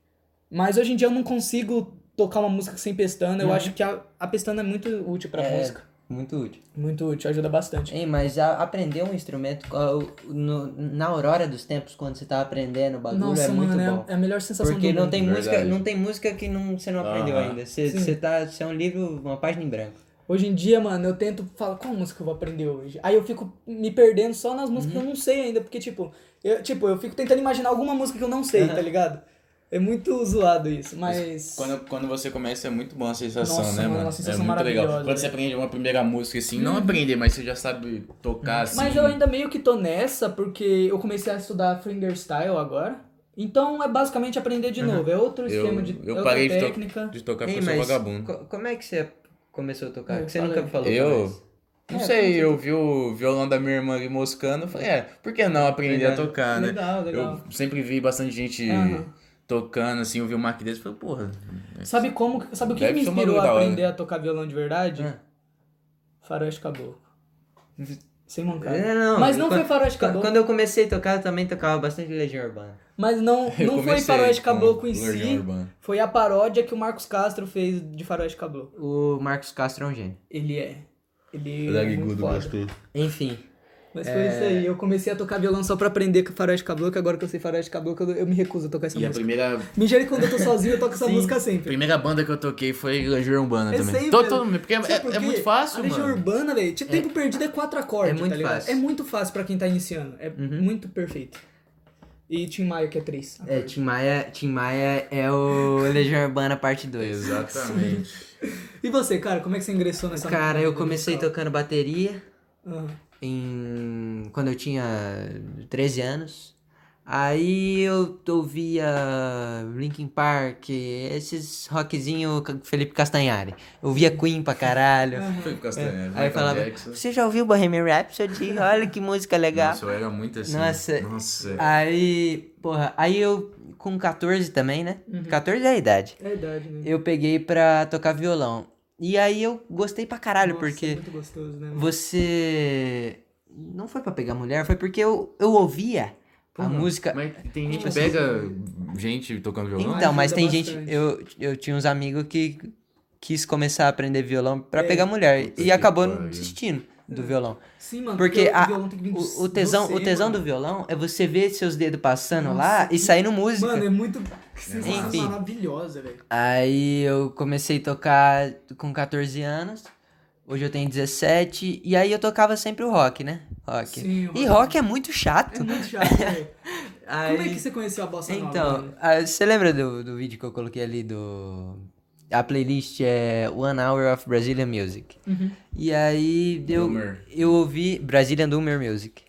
Mas hoje em dia eu não consigo tocar uma música sem pestana, eu Uhum. acho que a, a pestana é muito útil pra É. música. Muito útil. Muito útil, ajuda bastante. Ei, mas a- aprender um instrumento qual- no- na aurora dos tempos, quando você tá aprendendo o bagulho, é Nossa, muito mano, é, bom. a- é a melhor sensação Porque do não mundo. tem, Verdade. música, não tem música que não, você não aprendeu Aham. ainda. Você, Sim. você, tá, você é um livro, uma página em branco. Hoje em dia, mano, eu tento falar qual música eu vou aprender hoje. Aí eu fico me perdendo só nas músicas Uhum. que eu não sei ainda, porque, tipo, eu, tipo, eu fico tentando imaginar alguma música que eu não sei, tá ligado? É muito zoado isso, mas. Quando, quando você começa é muito boa a sensação, Nossa, né, mano, mano? é uma sensação é muito legal. maravilhosa, Quando você velho. aprende uma primeira música assim, não aprender, mas você já sabe tocar assim. Mas eu ainda meio que tô nessa, porque eu comecei a estudar fingerstyle agora. Então é basicamente aprender de novo. É outro Eu- esquema de eu outra parei de to- técnica. de tocar Ei, porque eu sou mas vagabundo. co- como é que você começou a tocar? Eu que você falei. nunca me falou. Eu? Tomás. Não sei, eu vi o violão da minha irmã ali moscando, eu falei, é, por que não aprender a Legal. tocar, né? Legal, legal. Eu sempre vi bastante gente Aham. tocando, assim, eu vi o Mark Davis e falei, porra, Sabe como. Sabe o que Deve me ser um inspirou bagulho da a hora, É. aprender a tocar violão de verdade? Ah. Faroeste Caboclo. Sem mancada. É, não, Mas não quando- foi Faroeste Quando, Caboclo. quando eu comecei a tocar, eu também tocava bastante Legião Urbana. Mas não, eu não foi comecei Faroeste com um Caboclo em Legião si. Urbana. Foi a paródia que o Marcos Castro fez de Faroeste Caboclo. O Marcos Castro é um gênio. Ele é. Ele é muito Larigudo foda. gostoso. É. Enfim, Mas foi isso aí. Eu comecei a tocar violão só pra aprender com Faroeste Caboclo. Agora que eu sei Faroeste Caboclo, eu- eu me recuso a tocar essa E a música. primeira, Mentira que quando eu tô sozinho, eu toco essa música a sempre. primeira banda que eu toquei foi Legião Urbana É também. sempre. Todo, todo mundo, porque é, Sabe por é- é quê? muito fácil, a Legião mano. Urbana, velho, tipo, tempo perdido é quatro acordes, É muito tá ligado? fácil. Uhum. É muito fácil pra quem tá iniciando. É muito perfeito. E Tim Maio, que é três. é, Tim Maia, Tim Maia é o Legião Urbana parte 2. Exatamente. E você, cara, como é que você ingressou nessa Cara, música eu comecei musical? tocando bateria Aham. em quando eu tinha 13 anos. Aí eu ouvia Linkin Park, esses rockzinho ca- Felipe Castanhari. Eu via Queen pra caralho. É. Foi com Castanheira, Aí eu É, Michael falava, Jackson. você já ouviu Bohemian Rhapsody? Olha que música legal. Nossa, eu era muito assim. Nossa. Nossa. Ah, Aí, porra, aí eu com 14 também, né? 14 é a idade. É a idade, né? Eu peguei pra tocar violão. E aí eu gostei pra caralho, Nossa, porque é muito gostoso, né? você. Não foi pra pegar mulher, foi porque eu, eu ouvia a Porra, Uhum. música. Mas tem gente Tipo que assim- pega gente tocando violão. Então, mas tem ajuda gente. bastante. Eu, eu tinha uns amigos que quis começar a aprender violão pra É. pegar mulher. Puta E que acabou pariu. desistindo do violão. Sim, mano, Porque o a- violão tem que vir do O, o tesão, você, o tesão mano. do violão é você ver seus dedos passando Nossa, lá e que- saindo música. Mano, é muito. Que sensação Enfim. maravilhosa, velho. Aí eu comecei a tocar com 14 anos. Hoje eu tenho 17. E aí eu tocava sempre o rock, né? Rock. Sim, e mano. rock é muito chato. É muito chato, velho. Aí... Como é que você conheceu a bossa nova? né? Então, mano? ah, você lembra do, do vídeo que eu coloquei ali do. A playlist é One Hour of Brazilian Music. Uhum. E aí eu, Doomer. eu ouvi Brazilian Doomer Music.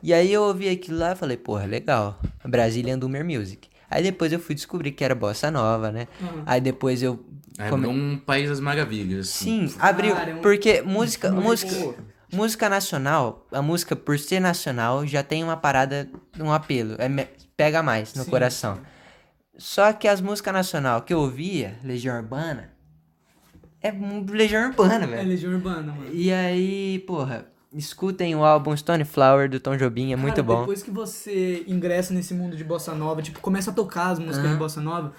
E aí eu ouvi aquilo lá e falei, porra, legal. Brazilian Doomer Music. Aí depois eu fui descobrir que era bossa nova, né? Aham. Aí depois eu Aí come- abriu um País das Maravilhas. assim. Sim, abriu. Cara, é um- Porque música, Não, música, boa. música nacional, a música por ser nacional já tem uma parada, um apelo, é me- pega mais no Sim, coração. Só que as músicas nacional que eu ouvia, Legião Urbana, é mu- Legião Urbana, É velho. Legião Urbana, mano. E aí, porra, escutem o álbum Stone Flower do Tom Jobim, é muito Cara, bom. Depois que você ingressa nesse mundo de bossa nova, tipo, começa a tocar as músicas de bossa nova,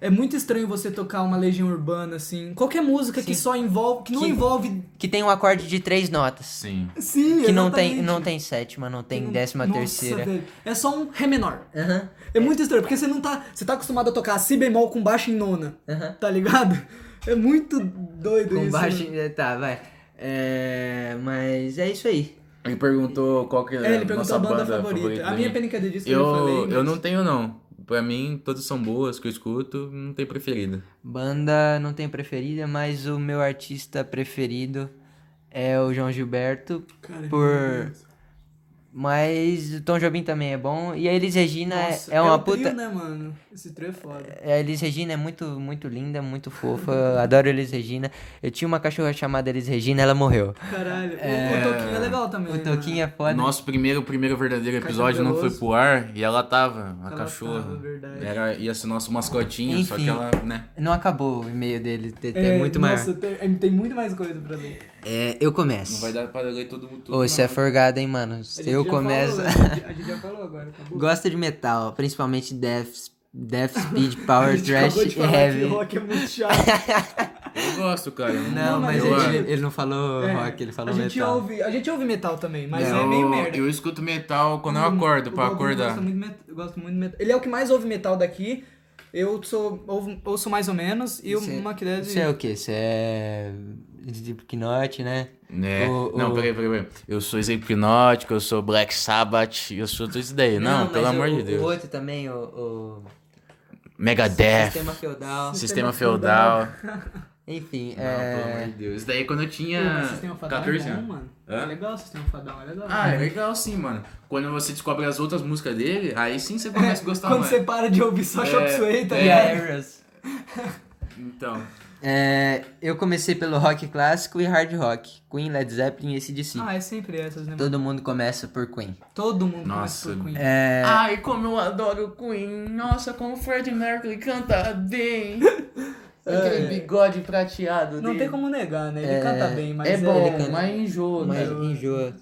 é muito estranho você tocar uma legião urbana, assim. Qualquer música que só envolve. que não Que- envolve. Que tem um acorde de três notas. Sim. Sim, Que não tem, exatamente. não tem sétima, não tem Não- décima Nossa, terceira. velho. É só um Ré menor. Aham. É muito estranho, porque você não tá. Você tá acostumado a tocar Si bemol com baixo em nona. Aham. Tá ligado? É muito doido Com isso. né? baixo. mano. é, Tá, vai. É, mas é isso aí. Ele perguntou qual que era É, ele a perguntou nossa a banda, favorita. favorita. A minha PNKD diz que eu, eu, já falei. eu mas- não tenho, não. Pra mim, todas são boas, que eu escuto, não tem preferida. Banda não tem preferida, mas o meu artista preferido é o João Gilberto. Cara, é por. Mas o Tom Jobim também é bom. E a Elis Regina é- Nossa, é, uma o puta. Trio, né, mano? Esse trio é foda. A Elis Regina é muito, muito linda, muito fofa. Eu adoro a Elis Regina. Eu tinha uma cachorra chamada Elis Regina, ela morreu. Caralho. O- O Toquinho é legal também. O Toquinho é foda. Nosso primeiro, primeiro verdadeiro Caetano episódio não foi Veloso. pro ar e ela tava, a Ela cachorra. tava, verdade. Era, ia ser nosso mascotinho, só Enfim. que ela, né? Não acabou o e-mail dele, é, muito maior. Nossa, tem, é, tem muito mais coisa pra ler. É, eu começo. Não vai dar pra ler todo mundo. Ô, você é forgado, hein, mano? Eu começo. a gente já falou agora, tá acabou. Gosto de metal, principalmente death, death speed, power trash Acabou de e falar que heavy. rock é muito chato. Eu gosto, cara. eu Não, mas eu, gente- ele, ele não falou É, rock, ele falou a gente metal. Ouve, a gente ouve metal também, mas eu, é meio merda. Hum, eu escuto metal quando eu acordo, O pra Balbino acordar. Gosta muito de met- eu gosto muito de metal. Ele é o que mais ouve metal daqui. Eu sou, ouvo- ouço mais ou menos. E Cê- o Maquidez... Você é o quê? Você é. Slipknot, né? Né? O- não, o- peraí, peraí, peraí. Eu sou hipnótico, eu sou Black Sabbath, eu sou tudo isso daí. Não, pelo mas amor o- de Deus. O outro também, o. o Megadeth, Sistema feudal. Sistema Feudal. Enfim, Não, pelo amor é. de Deus. Isso daí é quando eu tinha Pô, sistema fadão 14 é bom, anos. mano. Hã? É legal o sistema fadão, é legal. Ah, é legal sim, mano. Quando você descobre as outras músicas dele, aí sim você começa a gostar Quando mais. você para de ouvir só É, Chop Suey, tá é. ligado? Aeros. Então, É, eu comecei pelo rock clássico e hard rock. Queen, Led Zeppelin e AC/DC. Ah, é sempre essas, né? mano? Todo mundo começa por Queen. Todo mundo Nossa. começa por Queen. É, Ai, como eu adoro o Queen. Nossa, como o Freddie Mercury canta bem. Aquele bigode prateado É. Não dele. tem como negar, né? Ele É, canta bem, mas É ele bom, canta- mas enjoa, né? mas enjoa.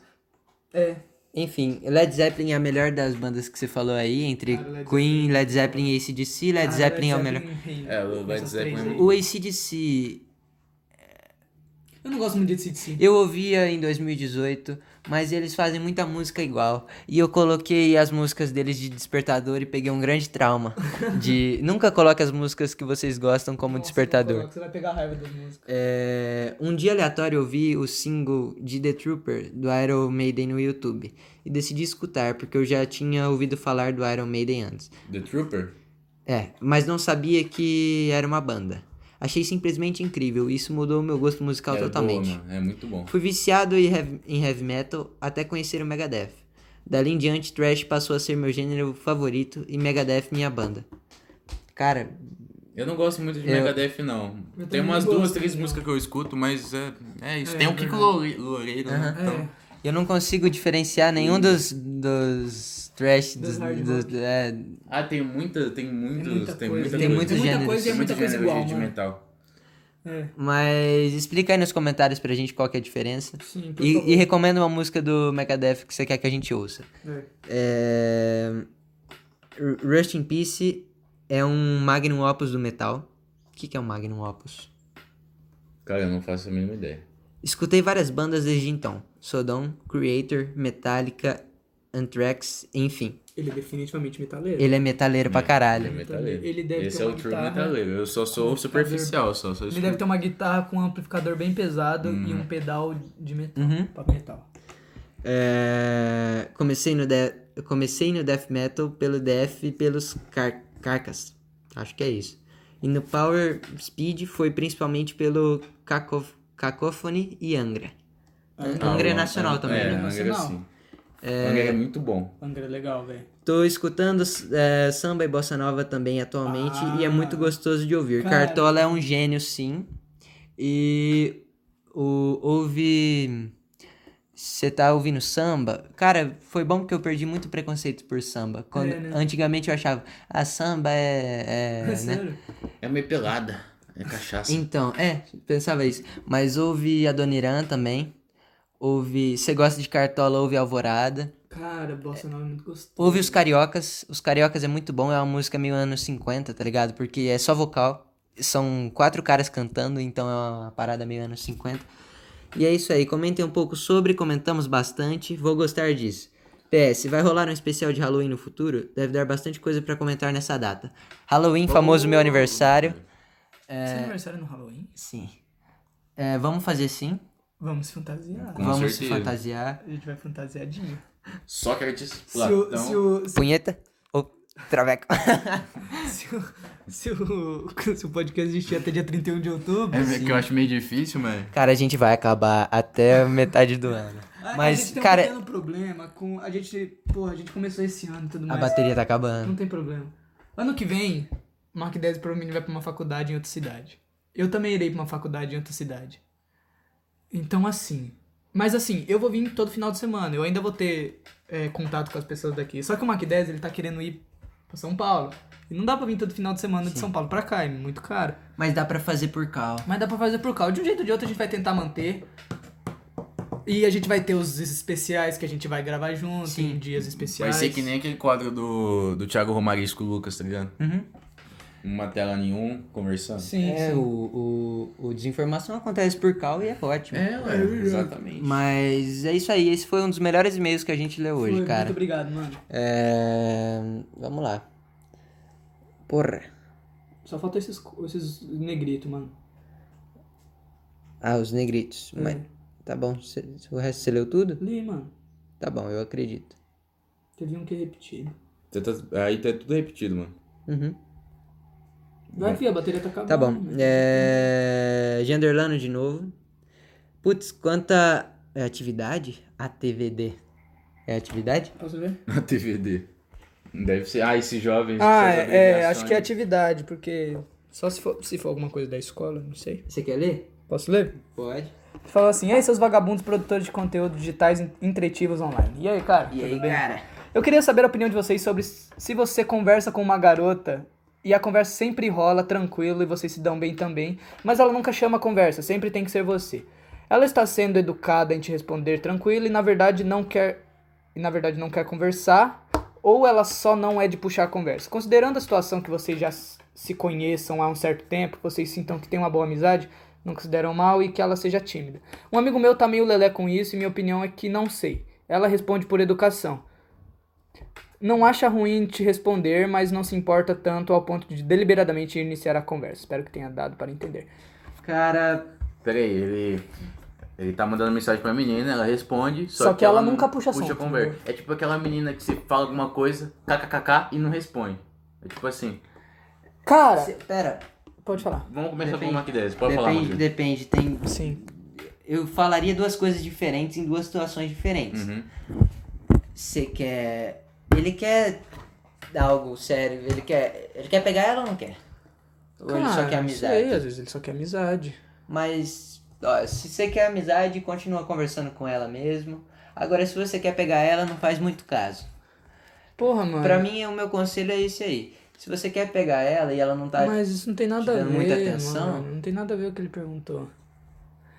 É. Enfim, Led Zeppelin é a melhor das bandas que você falou aí, entre Cara, Led Queen, Led Zeppelin e AC/DC. Ah, Led Zeppelin é o melhor. rei. É, o Led Essas Zeppelin três é aí. melhor. O AC/DC Eu não gosto muito de ACDC. eu ouvia em 2018, mas eles fazem muita música igual. E eu coloquei as músicas deles de despertador e peguei um grande trauma. de nunca coloque as músicas que vocês gostam como Nossa, não um despertador. coloca, Você vai pegar raiva das músicas. É, um dia aleatório eu vi o single de The Trooper do Iron Maiden no YouTube e decidi escutar porque eu já tinha ouvido falar do Iron Maiden antes. The Trooper? É, mas não sabia que era uma banda. Achei simplesmente incrível e isso mudou o meu gosto musical é totalmente. boa, mano. É muito bom. Fui viciado em heavy, em heavy metal até conhecer o Megadeth. Dali em diante, thrash passou a ser meu gênero favorito e Megadeth minha banda. Cara, Eu não gosto muito de Eu- Megadeth, não. Eu Tem também umas não gosto, duas, três não. músicas que eu escuto, mas é, é isso. É, Tem é o Kiko Lore- Loureiro, né? Aham. Então, Eu não consigo diferenciar nenhum dos, dos trash, dos, Dos hard dos- é, Ah, tem muita, tem muitos, muita tem coisa. muita Tem coisa. muitos muita gêneros. coisa e é Tem muita muito coisa gênero igual, de mano. metal. É, mas explica aí nos comentários pra gente qual que é a diferença. sim, por favor. E, e recomenda uma música do Megadeth que você quer que a gente ouça. É. É... R- Rust in Peace é um magnum opus do metal. O que, que é um magnum opus? Cara, eu não faço a mínima ideia. Escutei várias bandas desde então. Sodom, Creator, Metallica, Anthrax, enfim. Ele é definitivamente metaleiro. Ele é metaleiro pra Ele é caralho. metaleiro. Ele deve Esse ter é uma o true guitarra. metaleiro. Eu só sou Um superficial, só sou Ele deve ter uma guitarra com um amplificador bem pesado e Uhum. um pedal de metal. Uhum. Pra metal. É, comecei, no de- eu comecei no death metal pelo death e pelos car... carcas. Acho que é isso. E no power speed foi principalmente pelo cacof... cacophony e angra. Ah, Angra é o- nacional também, É, né? Angra Nacional. sim. Angra é muito bom. Angra é legal, velho. Tô escutando é, samba e bossa nova também atualmente e é muito gostoso de ouvir. Ah. cara. Cartola é um gênio, sim. E o, ouve. Você tá ouvindo samba? Cara, foi bom porque eu perdi muito preconceito por samba. Quando, né? Antigamente eu achava, ah, samba é. é, É, né? sério. É meio pelada. É cachaça. Então, é, pensava isso. Mas ouve Adoniran também. Ouve. Você gosta de cartola, ouve Alvorada. Cara, bossa nova é muito gostoso. Ouve os Cariocas. Os Cariocas é muito bom, é uma música meio anos 50, tá ligado? Porque é só vocal. São quatro caras cantando, então é uma parada meio anos 50. E é isso aí, comentem um pouco sobre, comentamos bastante, vou gostar disso. PS, vai rolar um especial de Halloween no futuro? Deve dar bastante coisa pra comentar nessa data. Halloween, famoso meu aniversário. Seu aniversário é no Halloween? Sim. É, vamos fazer sim. Vamos se fantasiar. Com vamos se certeza. fantasiar. A gente vai fantasiadinho. Sócrates, Se o, Platão. se, o, se, Punheta ou traveco? se, o, se, o, se o podcast existir até dia 31 de outubro. É que eu acho meio difícil, mano. Cara, a gente vai acabar até metade do ano. a- a Mas, gente tem cara, um pequeno problema com. A gente. Porra, a gente começou esse ano e tudo a mais. bateria tá Não acabando. tem problema. Ano que vem, o Mark 10 provavelmente vai pra uma faculdade em outra cidade. Eu também irei pra uma faculdade em outra cidade. Então, assim. Mas, assim, eu vou vir todo final de semana. Eu ainda vou ter é, contato com as pessoas daqui. Só que o Mark 10, ele tá querendo ir pra São Paulo. E não dá pra vir todo final de semana de São Paulo pra cá, é muito caro. Mas dá pra fazer por cal. Mas dá pra fazer por causa. De um jeito ou de outro a gente vai tentar manter. E a gente vai ter os especiais que a gente vai gravar junto, Sim. em dias especiais. Vai ser que nem aquele quadro do, do Thiago Romarisco e Lucas, tá ligado? Uhum. Uma tela nenhum, conversando. Sim, É, sim. o, o, o desinformação acontece por cal e é ótimo. É, ué, exatamente. Mas é isso aí, esse foi um dos melhores e-mails que a gente leu hoje, Foi, cara. Muito obrigado, mano. É... Vamos lá. Porra. Só faltou esses, esses negritos, mano. Ah, os negritos. Mas, tá bom, cê- o resto você leu tudo? Li, mano. Tá bom, eu acredito. Teve um que é repetido. Você tá- Aí tá tudo repetido, mano. Uhum. Vai, fi, a bateria tá acabando. Tá bom. mano. É... Genderlano de novo. Putz, quanta é atividade? ATVD. É atividade? Posso ver? Na TVD. Deve ser. Ah, esses jovens. Ah, essas é, abreviações. acho que é atividade, porque Só se for, se for alguma coisa da escola, não sei. Você quer ler? Posso ler? Pode. Falou assim, e aí seus vagabundos produtores de conteúdo digitais en- entretivos online. E aí, cara? E tudo aí, bem? cara? Eu queria saber a opinião de vocês sobre se você conversa com uma garota e a conversa sempre rola tranquilo e vocês se dão bem também, mas ela nunca chama a conversa, sempre tem que ser você. Ela está sendo educada em te responder tranquilo e na verdade não quer e na verdade não quer conversar, ou ela só não é de puxar a conversa. Considerando a situação que vocês já s- se conheçam há um certo tempo, vocês sintam que tem uma boa amizade, não consideram mal e que ela seja tímida. Um amigo meu tá meio lelé com isso e minha opinião é que não sei. Ela responde por educação. Não acha ruim te responder, mas não se importa tanto ao ponto de deliberadamente iniciar a conversa. Espero que tenha dado para entender. Cara, Pera aí, ele. Ele tá mandando mensagem pra menina, ela responde, só, Só que ela não nunca puxa assunto, conversa. É tipo aquela menina que você fala alguma coisa, kkkk, e não responde. É tipo assim. Cara, cê- pera. pode falar. Vamos começar Depende- com uma que desce, pode falar, Depende, Matheus. depende. Tem, Sim. eu falaria duas coisas diferentes em duas situações diferentes. Uhum. Você quer. Ele quer algo sério. Ele quer. Ele quer pegar ela ou não quer? Ou ele só quer amizade? às vezes ele só quer amizade. Mas ó, se você quer amizade, continua conversando com ela mesmo. Agora, se você quer pegar ela, não faz muito caso. Porra, mano. Pra mim, o meu conselho é esse aí. Se você quer pegar ela e ela não tá. Mas isso não tem nada a te ver. dando muita atenção? mano. Não tem nada a ver o que ele perguntou.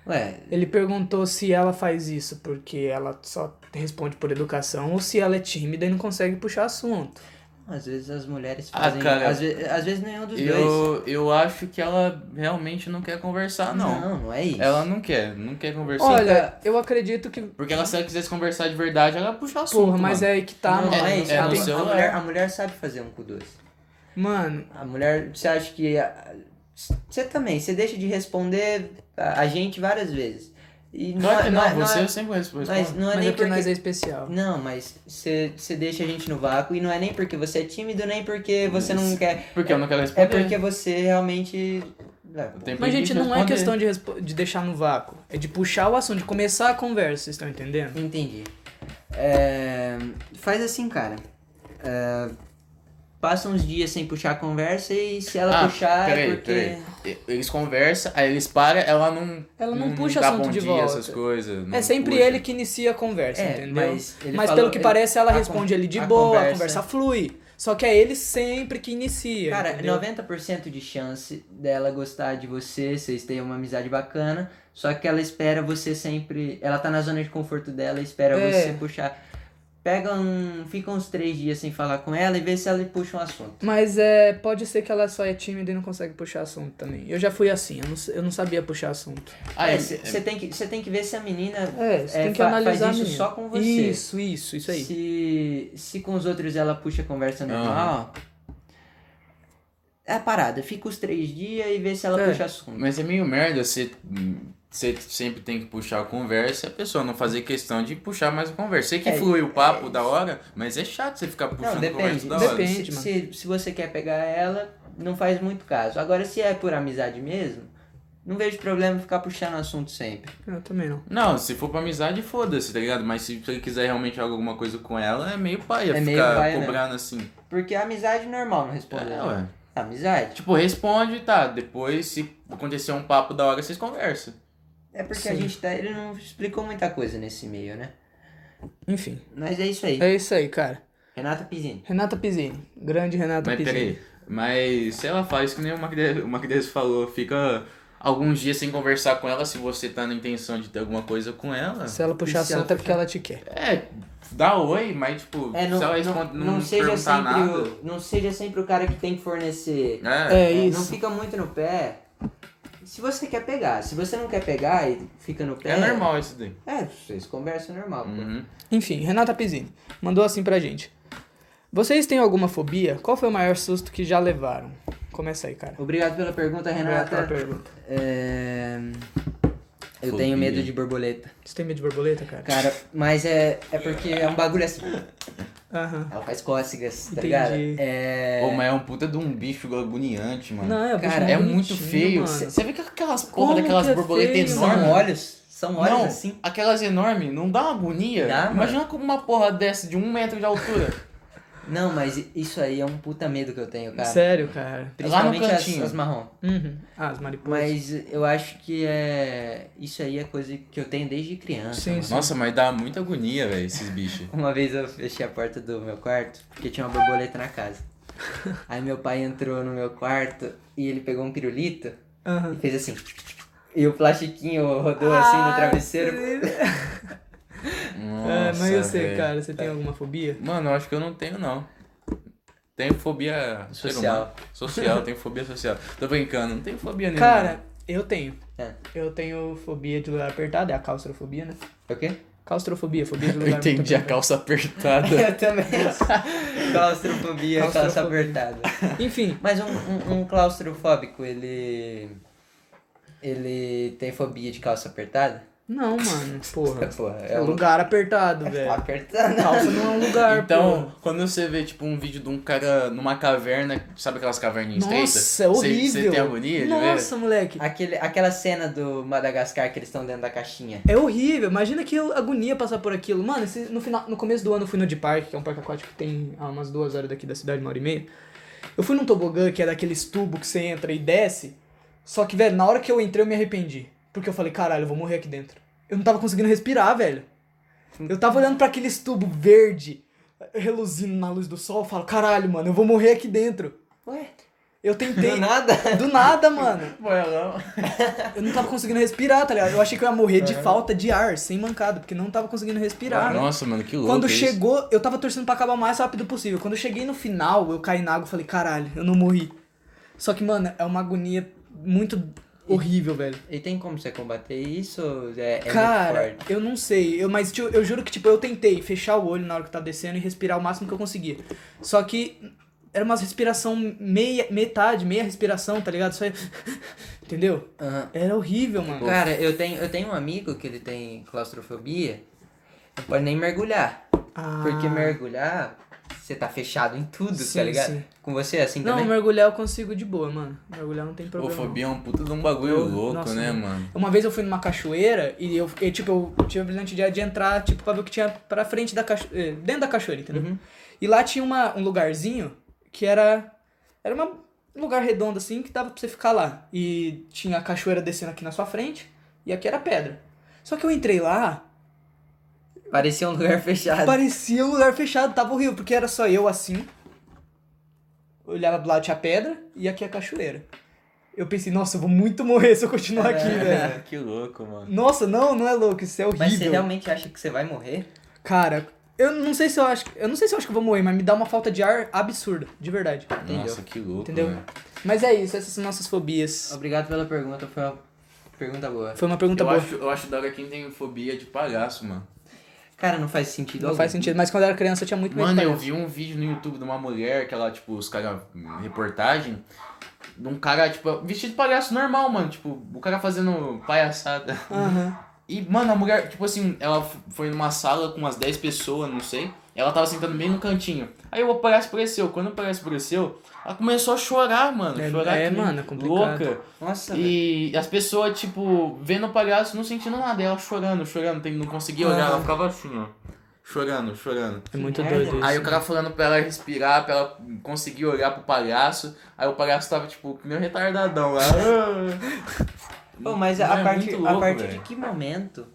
Ué, Ele perguntou se ela faz isso porque ela só responde por educação ou se ela é tímida e não consegue puxar assunto. às vezes as mulheres Ah, fazem. cara. às, ve- às vezes nenhum dos dois. Eu, eu acho que ela realmente não quer conversar, Ah, não. não, não é isso. Ela não quer, não quer conversar. Olha, eu acredito que. Porque ela, se ela quisesse conversar de verdade, ela ia puxar assunto. Porra, mas é aí que tá, não, mano. não é isso. é a, no mu- a celular. mulher, a mulher sabe fazer um com dois. Mano, A mulher, você acha que. a- Você também, você deixa de responder a a gente várias vezes. E Não, é que não, é- você é- eu sempre respondo. Mas não é mas nem é porque porque... nós é especial. Não, mas você você deixa a gente no vácuo e não é nem porque você é tímido, nem porque você não quer. Porque eu não quero É responder. porque você realmente. Ah, Eu tenho Mas, preguiça gente, de não é responder. questão de, respo- de deixar no vácuo. É de puxar o assunto, de começar a conversa, vocês estão entendendo? Entendi. É, Faz assim, cara. É, Passa uns dias sem puxar a conversa e se ela Ah, puxar é peraí, porque. peraí. Eles conversam, aí eles param, ela não. Ela não puxa dá assunto bom de dia, volta. essas coisas. não É sempre puxa. ele que inicia a conversa, É, entendeu? mas ele falou- pelo que ele- parece, ela a con- responde ali de a boa, conversa- a conversa flui. Só que é ele sempre que inicia. Cara, entendeu? 90% de chance dela gostar de você, vocês têm uma amizade bacana, só que ela espera você sempre. Ela tá na zona de conforto dela e espera É. você puxar. Pega um. Fica uns três dias sem falar com ela e vê se ela puxa um assunto. Mas é, pode ser que ela só é tímida e não consegue puxar assunto também. Eu já fui assim, eu não, eu não sabia puxar assunto. Ah, é, você tem, que- cê tem que ver se a menina. É, você é, tem que fa- analisar faz a isso menina. só com você. Isso, isso, isso aí. Se, se com os outros ela puxa conversa Aham. normal. É a parada. Fica os três dias e vê se ela É. puxa assunto. Mas é meio merda você, você sempre tem que puxar a conversa e a pessoa não fazer questão de puxar mais a conversa. Sei que É, flui o papo é da hora, mas é chato você ficar puxando Não, a depende. conversa da hora. Depende, se, mano. Se, se você quer pegar ela, não faz muito caso. Agora, se é por amizade mesmo, não vejo problema em ficar puxando assunto sempre. Eu também não. Não, se for pra amizade, foda-se, tá ligado? Mas se ele quiser realmente jogar alguma coisa com ela, é meio paia É meio ficar paia né? mesmo. cobrando assim. Porque a amizade é normal não responder. É, ué. Amizade. Tipo, responde, tá. Depois, se acontecer um papo da hora, vocês conversam. É porque a Sim. gente tá. Ele não explicou muita coisa nesse meio, né? Enfim, Mas é isso aí. é isso aí, cara. Renata Pizzini. Renata Pizzini. Grande Renata Mas Pizzini. peraí. Mas se ela faz que nem o Macdes- o Macdes falou, fica alguns dias sem conversar com ela se você tá na intenção de ter alguma coisa com ela. Se ela puxar E se ela assunto é porque ela te quer. É, dá oi, mas tipo, É, não, se ela não, responde, não, não seja perguntar sempre nada. o, não seja sempre o cara que tem que fornecer. É, É, isso. Não fica muito no pé. Se você quer pegar, se você não quer pegar e fica no é, pé. normal isso daí. É, vocês conversam normal. pô. Uhum. Enfim, Renata Pizzini mandou assim pra gente. Vocês têm alguma fobia? Qual foi o maior susto que já levaram? Começa aí, cara. Obrigado pela pergunta, Obrigado pela Renata. pergunta. É, Eu Fobia. tenho medo de borboleta. Você tem medo de borboleta, cara? Cara, mas é, é porque é um bagulho assim. Aham. Ela faz cócegas, tá Entendi. ligado? É. Pô, mas é um puta de um bicho agoniante, mano. Não, é, o bicho Cara, é bonitinho, muito feio. mano. Você vê que aquelas Como porra daquelas que é borboletas feio, enormes. tipo, São olhos. São olhos um- não, assim. aquelas enormes, não dá uma agonia? Dá, Imagina como uma porra dessa de um metro de altura. Não, mas isso aí é um puta medo que eu tenho, cara. Sério, cara. Principalmente Lá no as, cantinho. as marrom. Uhum. Ah, as mariposas. Mas eu acho que é. Isso aí é coisa que eu tenho desde criança. Sim, sim. Nossa, mas dá muita agonia, velho, esses bichos. Uma vez eu fechei a porta do meu quarto porque tinha uma borboleta na casa. Aí meu pai entrou no meu quarto e ele pegou um pirulito Aham. e fez assim. E o plastiquinho rodou assim no travesseiro. Ah, Nossa, mas eu sei, velho. cara. Você tem alguma fobia? Mano, eu acho que eu não tenho, não. Tenho fobia ser Social. humano. Social, tenho fobia social. Tô brincando, não tenho fobia nenhuma. Cara, eu tenho. É. Eu tenho fobia de lugar apertado, é a claustrofobia, né? É O quê? Claustrofobia, fobia de eu lugar entendi a muito calça apertada. Eu também. Claustrofobia, calça Claustrofobia. apertada. apertado. Enfim, Mas um, um, um claustrofóbico, ele. Ele tem fobia de calça apertada? não, mano. Porra. Porra, É é um o lugar apertado, Tá velho. apertando. Calça não é um lugar, Então, pô. quando você vê, tipo, um vídeo de um cara numa caverna, sabe aquelas caverninhas estreitas? Nossa, é horrível. Você tem agonia de ver? Nossa, moleque. Aquele, aquela cena do Madagascar que eles estão dentro da caixinha. É horrível, imagina que eu- agonia passar por aquilo. Mano, esse- no, final, no começo do ano eu fui no de parque, que é um parque aquático que tem a umas duas horas daqui da cidade, uma hora e meia. Eu fui num tobogã que é daqueles tubos que você entra e desce. Só que, velho, na hora que eu entrei eu me arrependi. Porque eu falei, caralho, eu vou morrer aqui dentro. Eu não tava conseguindo respirar, velho. Eu tava olhando pra aqueles tubos verde, reluzindo na luz do sol, eu falo, caralho, mano, eu vou morrer aqui dentro. Ué? Eu tentei. né? Do nada? do nada, mano. Boelão. Eu não tava conseguindo respirar, tá ligado? Eu achei que eu ia morrer de falta de ar, sem mancado, porque não tava conseguindo respirar. Nossa, mano, que louco. Quando é isso. chegou, eu tava torcendo pra acabar o mais rápido possível. Quando eu cheguei no final, eu caí na água e falei, caralho, eu não morri. Só que, mano, é uma agonia muito horrível, velho. E tem como você combater isso? ou É, é muito Cara, forte? eu não sei, eu, mas tio, eu juro que, tipo, eu tentei fechar o olho na hora que tá descendo e respirar o máximo que eu conseguia. Só que era uma respiração meia, metade, meia respiração, tá ligado? Só... Entendeu? Aham. Era horrível, mano. Uhum. Cara, eu tenho, eu tenho um amigo que ele tem claustrofobia. Não pode nem mergulhar. Ah. Porque né? mergulhar, você tá fechado em tudo, Sim, tá ligado? sim. Com você é assim Não, também? mergulhar eu consigo de boa, mano. Mergulhar não tem Pô, problema. fobia é um puta de um bagulho louco, Nossa, né, mano. mano? Uma vez eu fui numa cachoeira e eu, e, tipo, eu tive a brilhante ideia de entrar, tipo, pra ver o que tinha pra frente da cachoeira. Dentro da cachoeira, entendeu? E lá tinha uma, um lugarzinho que era. Era uma- um lugar redondo assim que dava pra você ficar lá. E tinha a cachoeira descendo aqui na sua frente e aqui era pedra. Só que eu entrei lá, Parecia um lugar fechado. Parecia um lugar fechado, tava horrível, porque era só eu assim. Olhava do lado tinha pedra e aqui é a cachoeira. Eu pensei, nossa, eu vou muito morrer se eu É. continuar aqui, velho. que louco, mano. Nossa, não, não é louco, isso é Mas você horrível. realmente acha que você vai morrer? Cara, eu não sei se eu acho, eu não sei se eu acho que eu vou morrer, mas me dá uma falta de ar absurda, de verdade. Nossa, que louco, Entendeu? velho. Mas é isso, essas são nossas fobias. Obrigado pela pergunta, foi uma pergunta boa. Foi uma pergunta Eu boa. acho, eu acho da hora quem tem fobia de palhaço, mano. Cara, não faz sentido Não algum. faz sentido, mas quando eu era criança eu tinha muito medo Mano, de eu palhaço. vi um vídeo no YouTube de uma mulher que ela, tipo, os caras. reportagem. De um cara, tipo, vestido de palhaço normal, mano. Tipo, o cara fazendo palhaçada. Aham. E, mano, a mulher, tipo assim, ela f- foi numa sala com umas 10 pessoas, não sei. Ela tava sentando bem no cantinho. Aí o palhaço apareceu. Quando o palhaço apareceu, ela começou a chorar, mano. É- chorar é, que nem mano, é complicado. Louca. Nossa, velho. E as pessoas, tipo, vendo o palhaço, não sentindo nada. E ela chorando, chorando. tem- Não conseguia olhar, ela ficava assim, ó. Chorando, chorando. É muito merda. doido isso. Aí o cara falando pra ela respirar, pra ela conseguir olhar pro palhaço. Aí o palhaço tava, tipo, que nem um retardadão lá. Pô, mas Mano, a, é partir, muito a louco, partir de velho. que momento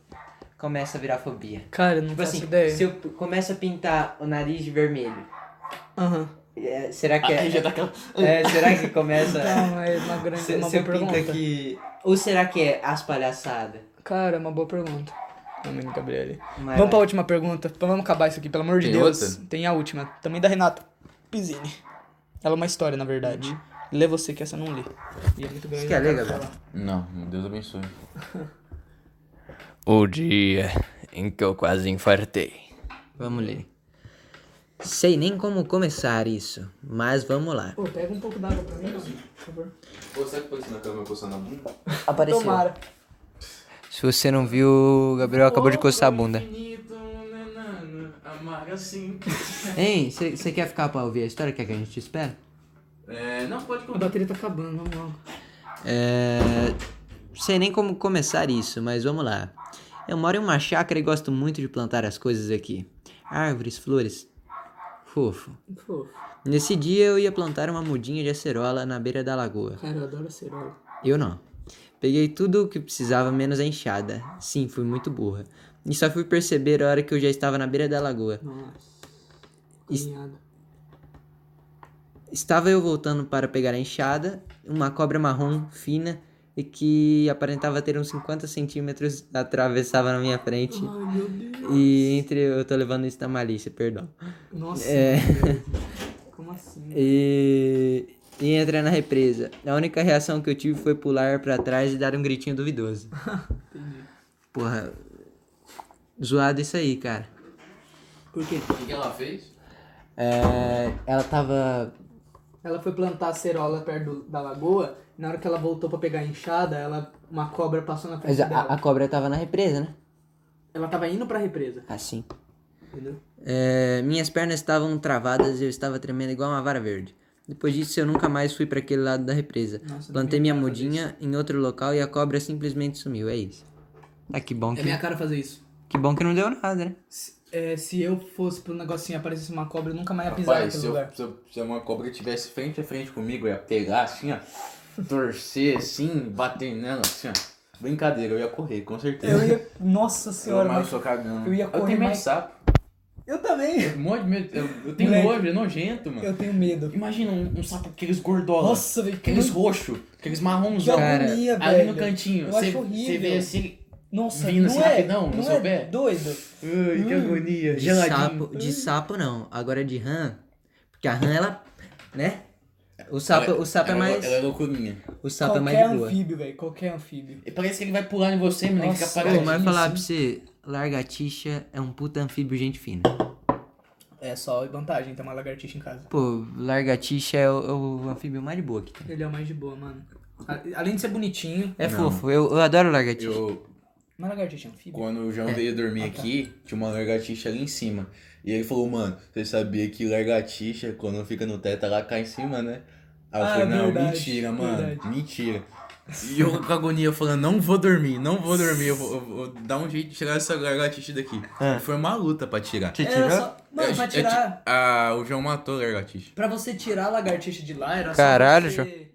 começa a virar fobia? Cara, eu não Tipo faço assim, ideia. se eu p- começo a pintar o nariz de vermelho, Aham. é, será que é, Aí já dá aquela... é, será que começa Não, é uma grande, se, uma se eu boa pinto pergunta. aqui ou será que é as palhaçadas? Cara, é uma boa pergunta. Amigo Gabriele. Mas- Vamos pra última pergunta. Vamos acabar isso aqui, pelo amor de Tem Deus. outra? Tem a última. Também da Renata Pizzini. Ela é uma história, na verdade. Uhum. Lê você, que essa eu não lê. E é muito grande. Isso que é legal, velho. Não, Deus abençoe. O dia em que eu quase infartei. Vamos ler. Sei nem como começar isso, mas vamos lá. Pô, pega um pouco d'água pra mim, não. por favor. Pô, será que pode na câmera coçando a bunda? Apareceu. Tomara. Se você não viu, o Gabriel acabou de coçar a bunda. Infinito, nanana, amar assim. Hein, você quer ficar pra ouvir a história? Quer que a gente te espera? É, não, pode A contar. bateria tá acabando, vamos logo. É... Sei nem como começar isso, mas vamos lá. Eu moro em uma chácara e gosto muito de plantar as coisas aqui. Árvores, flores. Fofo. Pô, Nesse dia eu ia plantar uma mudinha de acerola na beira da lagoa. cara, eu adoro acerola. Eu não. Peguei tudo o que precisava, menos a enxada. Sim, fui muito burra. E só fui perceber a hora que eu já estava na beira da lagoa. Nossa. Isso- Cunhado. Estava eu voltando para pegar a enxada, uma cobra marrom fina e que aparentava ter uns 50 centímetros atravessava na minha frente. Ai, meu Deus. E entre. Eu tô levando isso na malícia, perdão. Nossa. É. Como assim? E. E entra na represa. A única reação que eu tive foi pular pra trás e dar um gritinho duvidoso. Porra. Zoado isso aí, cara. Por quê? O que, que ela fez? É, ela tava. Ela foi plantar acerola perto do- da lagoa, e na hora que ela voltou pra pegar a enxada, ela, uma cobra passou na frente Mas a, dela. a cobra tava na represa, né? Ela tava indo pra represa. Assim. Entendeu? É, minhas pernas estavam travadas e eu estava tremendo igual uma vara verde. Depois disso, eu nunca mais fui pra aquele lado da represa. Plantei minha mudinha em outro local e a cobra simplesmente sumiu. É isso. Ah, que bom que, É minha cara fazer isso. que bom que não deu nada, né? Se, é, se eu fosse pro negocinho e aparecesse uma cobra, eu nunca mais ia pisar Rapaz, naquele se, lugar. eu, se, eu- se uma cobra tivesse frente a frente comigo, eu ia pegar assim, ó. Torcer assim, bater nela assim, ó. Brincadeira, eu ia correr, com certeza. Eu ia. Nossa Eu senhora, amava mas. sou cagão. eu ia correr Eu tenho medo mais- de sapo. Eu também! Um monte de medo. Eu, eu tenho Moleque. nojo, é nojento, mano. Eu tenho medo. Imagina um, um sapo aqueles gordola. Nossa, velho, que Aqueles roxo, aqueles marronzão. Cara, agonia, ali velho. no cantinho. Eu Você acho horrível. você vê assim. Nossa, vindo não assim é, rapidão no não seu é pé. doido. Ai, Hum. que agonia. De Geladinho. sapo, de sapo não. Agora de rã, porque a rã ela, né? O sapo, Ela- o sapo é ela- mais, Ela é loucurinha. o sapo é mais qualquer de boa. anfíbio, velho. Qualquer anfíbio. E parece que ele vai pular em você, mano. Ele fica Nossa, paradinho. Pô, mas falar assim. pra você, largatixa é um puta anfíbio gente fina. É só vantagem ter uma lagartixa em casa. Pô, largatixa é o, o anfíbio mais de boa que tem. Ele é o mais de boa, mano. A- além de ser bonitinho, É fofo, eu, eu adoro largatixa. Eu, mas lagartixa é Ah, tá. anfíbio. quando o João veio dormir aqui, tinha uma largatixa ali em cima. E ele falou, mano, você sabia que largatixa, quando fica no teto, ela cai em cima, né? Aí eu Ah, falei, não, verdade, mentira, mano, verdade. mentira. E eu com agonia falando, não vou dormir, não vou dormir, eu vou, eu vou dar um jeito de tirar essa largatixa daqui. É. E Foi uma luta pra tirar. Era só. Mano, pra né? Eu- é eu ti- tirar. ah, o João matou a largatixa. Pra você tirar a lagartixa de lá, era Caralho, só você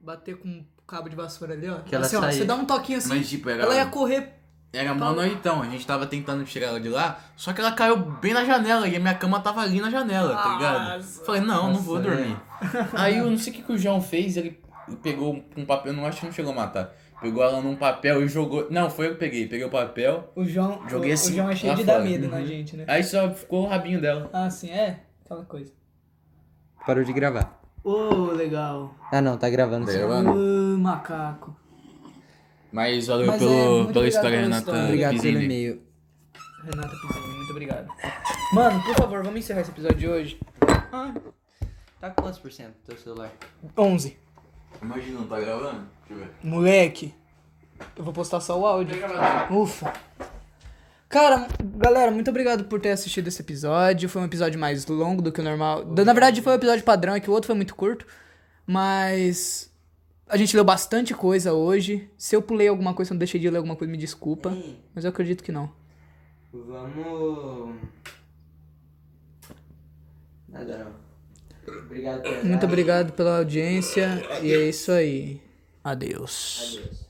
bater com um cabo de vassoura ali, ó. Que ela assim, ó, saía. você dá um toquinho assim, Mas, tipo, era- ela ia correr. Era mó noitão, a gente tava tentando tirar ela de lá, só que ela caiu bem na janela e a minha cama tava ali na janela, tá ligado? Nossa. Falei, não, não vou dormir. é. Aí eu não sei o que, que o João fez, ele pegou um papel, não acho que não chegou a matar. Pegou ela num papel e jogou. Não, foi eu que peguei, peguei o papel, O João, Joguei o, assim, o João é cheio lá de fora. dar medo na Uhum. gente, né? aí só ficou o rabinho dela. Ah, sim, é? Aquela coisa. Parou de gravar. Ô, legal. Ah não, tá gravando sim. Ô, macaco. Mas valeu Mas é, pelo- muito pela obrigado história, pela Renata. história. Obrigado pelo Pizzini. e-mail. Renata Pizzini, muito obrigado. Mano, por favor, vamos encerrar esse episódio de hoje. Tá quantos por cento do teu celular? 11. Imagina, não tá gravando? Deixa eu ver. Moleque, eu vou postar só o áudio. Ufa. Cara, galera, muito obrigado por ter assistido esse episódio. Foi um episódio mais longo do que o normal. Na verdade, foi um episódio padrão, é que o outro foi muito curto. Mas a gente leu bastante coisa hoje. Se eu pulei alguma coisa, se eu não deixei de ler alguma coisa, me desculpa. Mas eu acredito que não. Vamos. Nada não. Obrigado. Muito obrigado pela audiência. E é isso aí. Adeus. Adeus.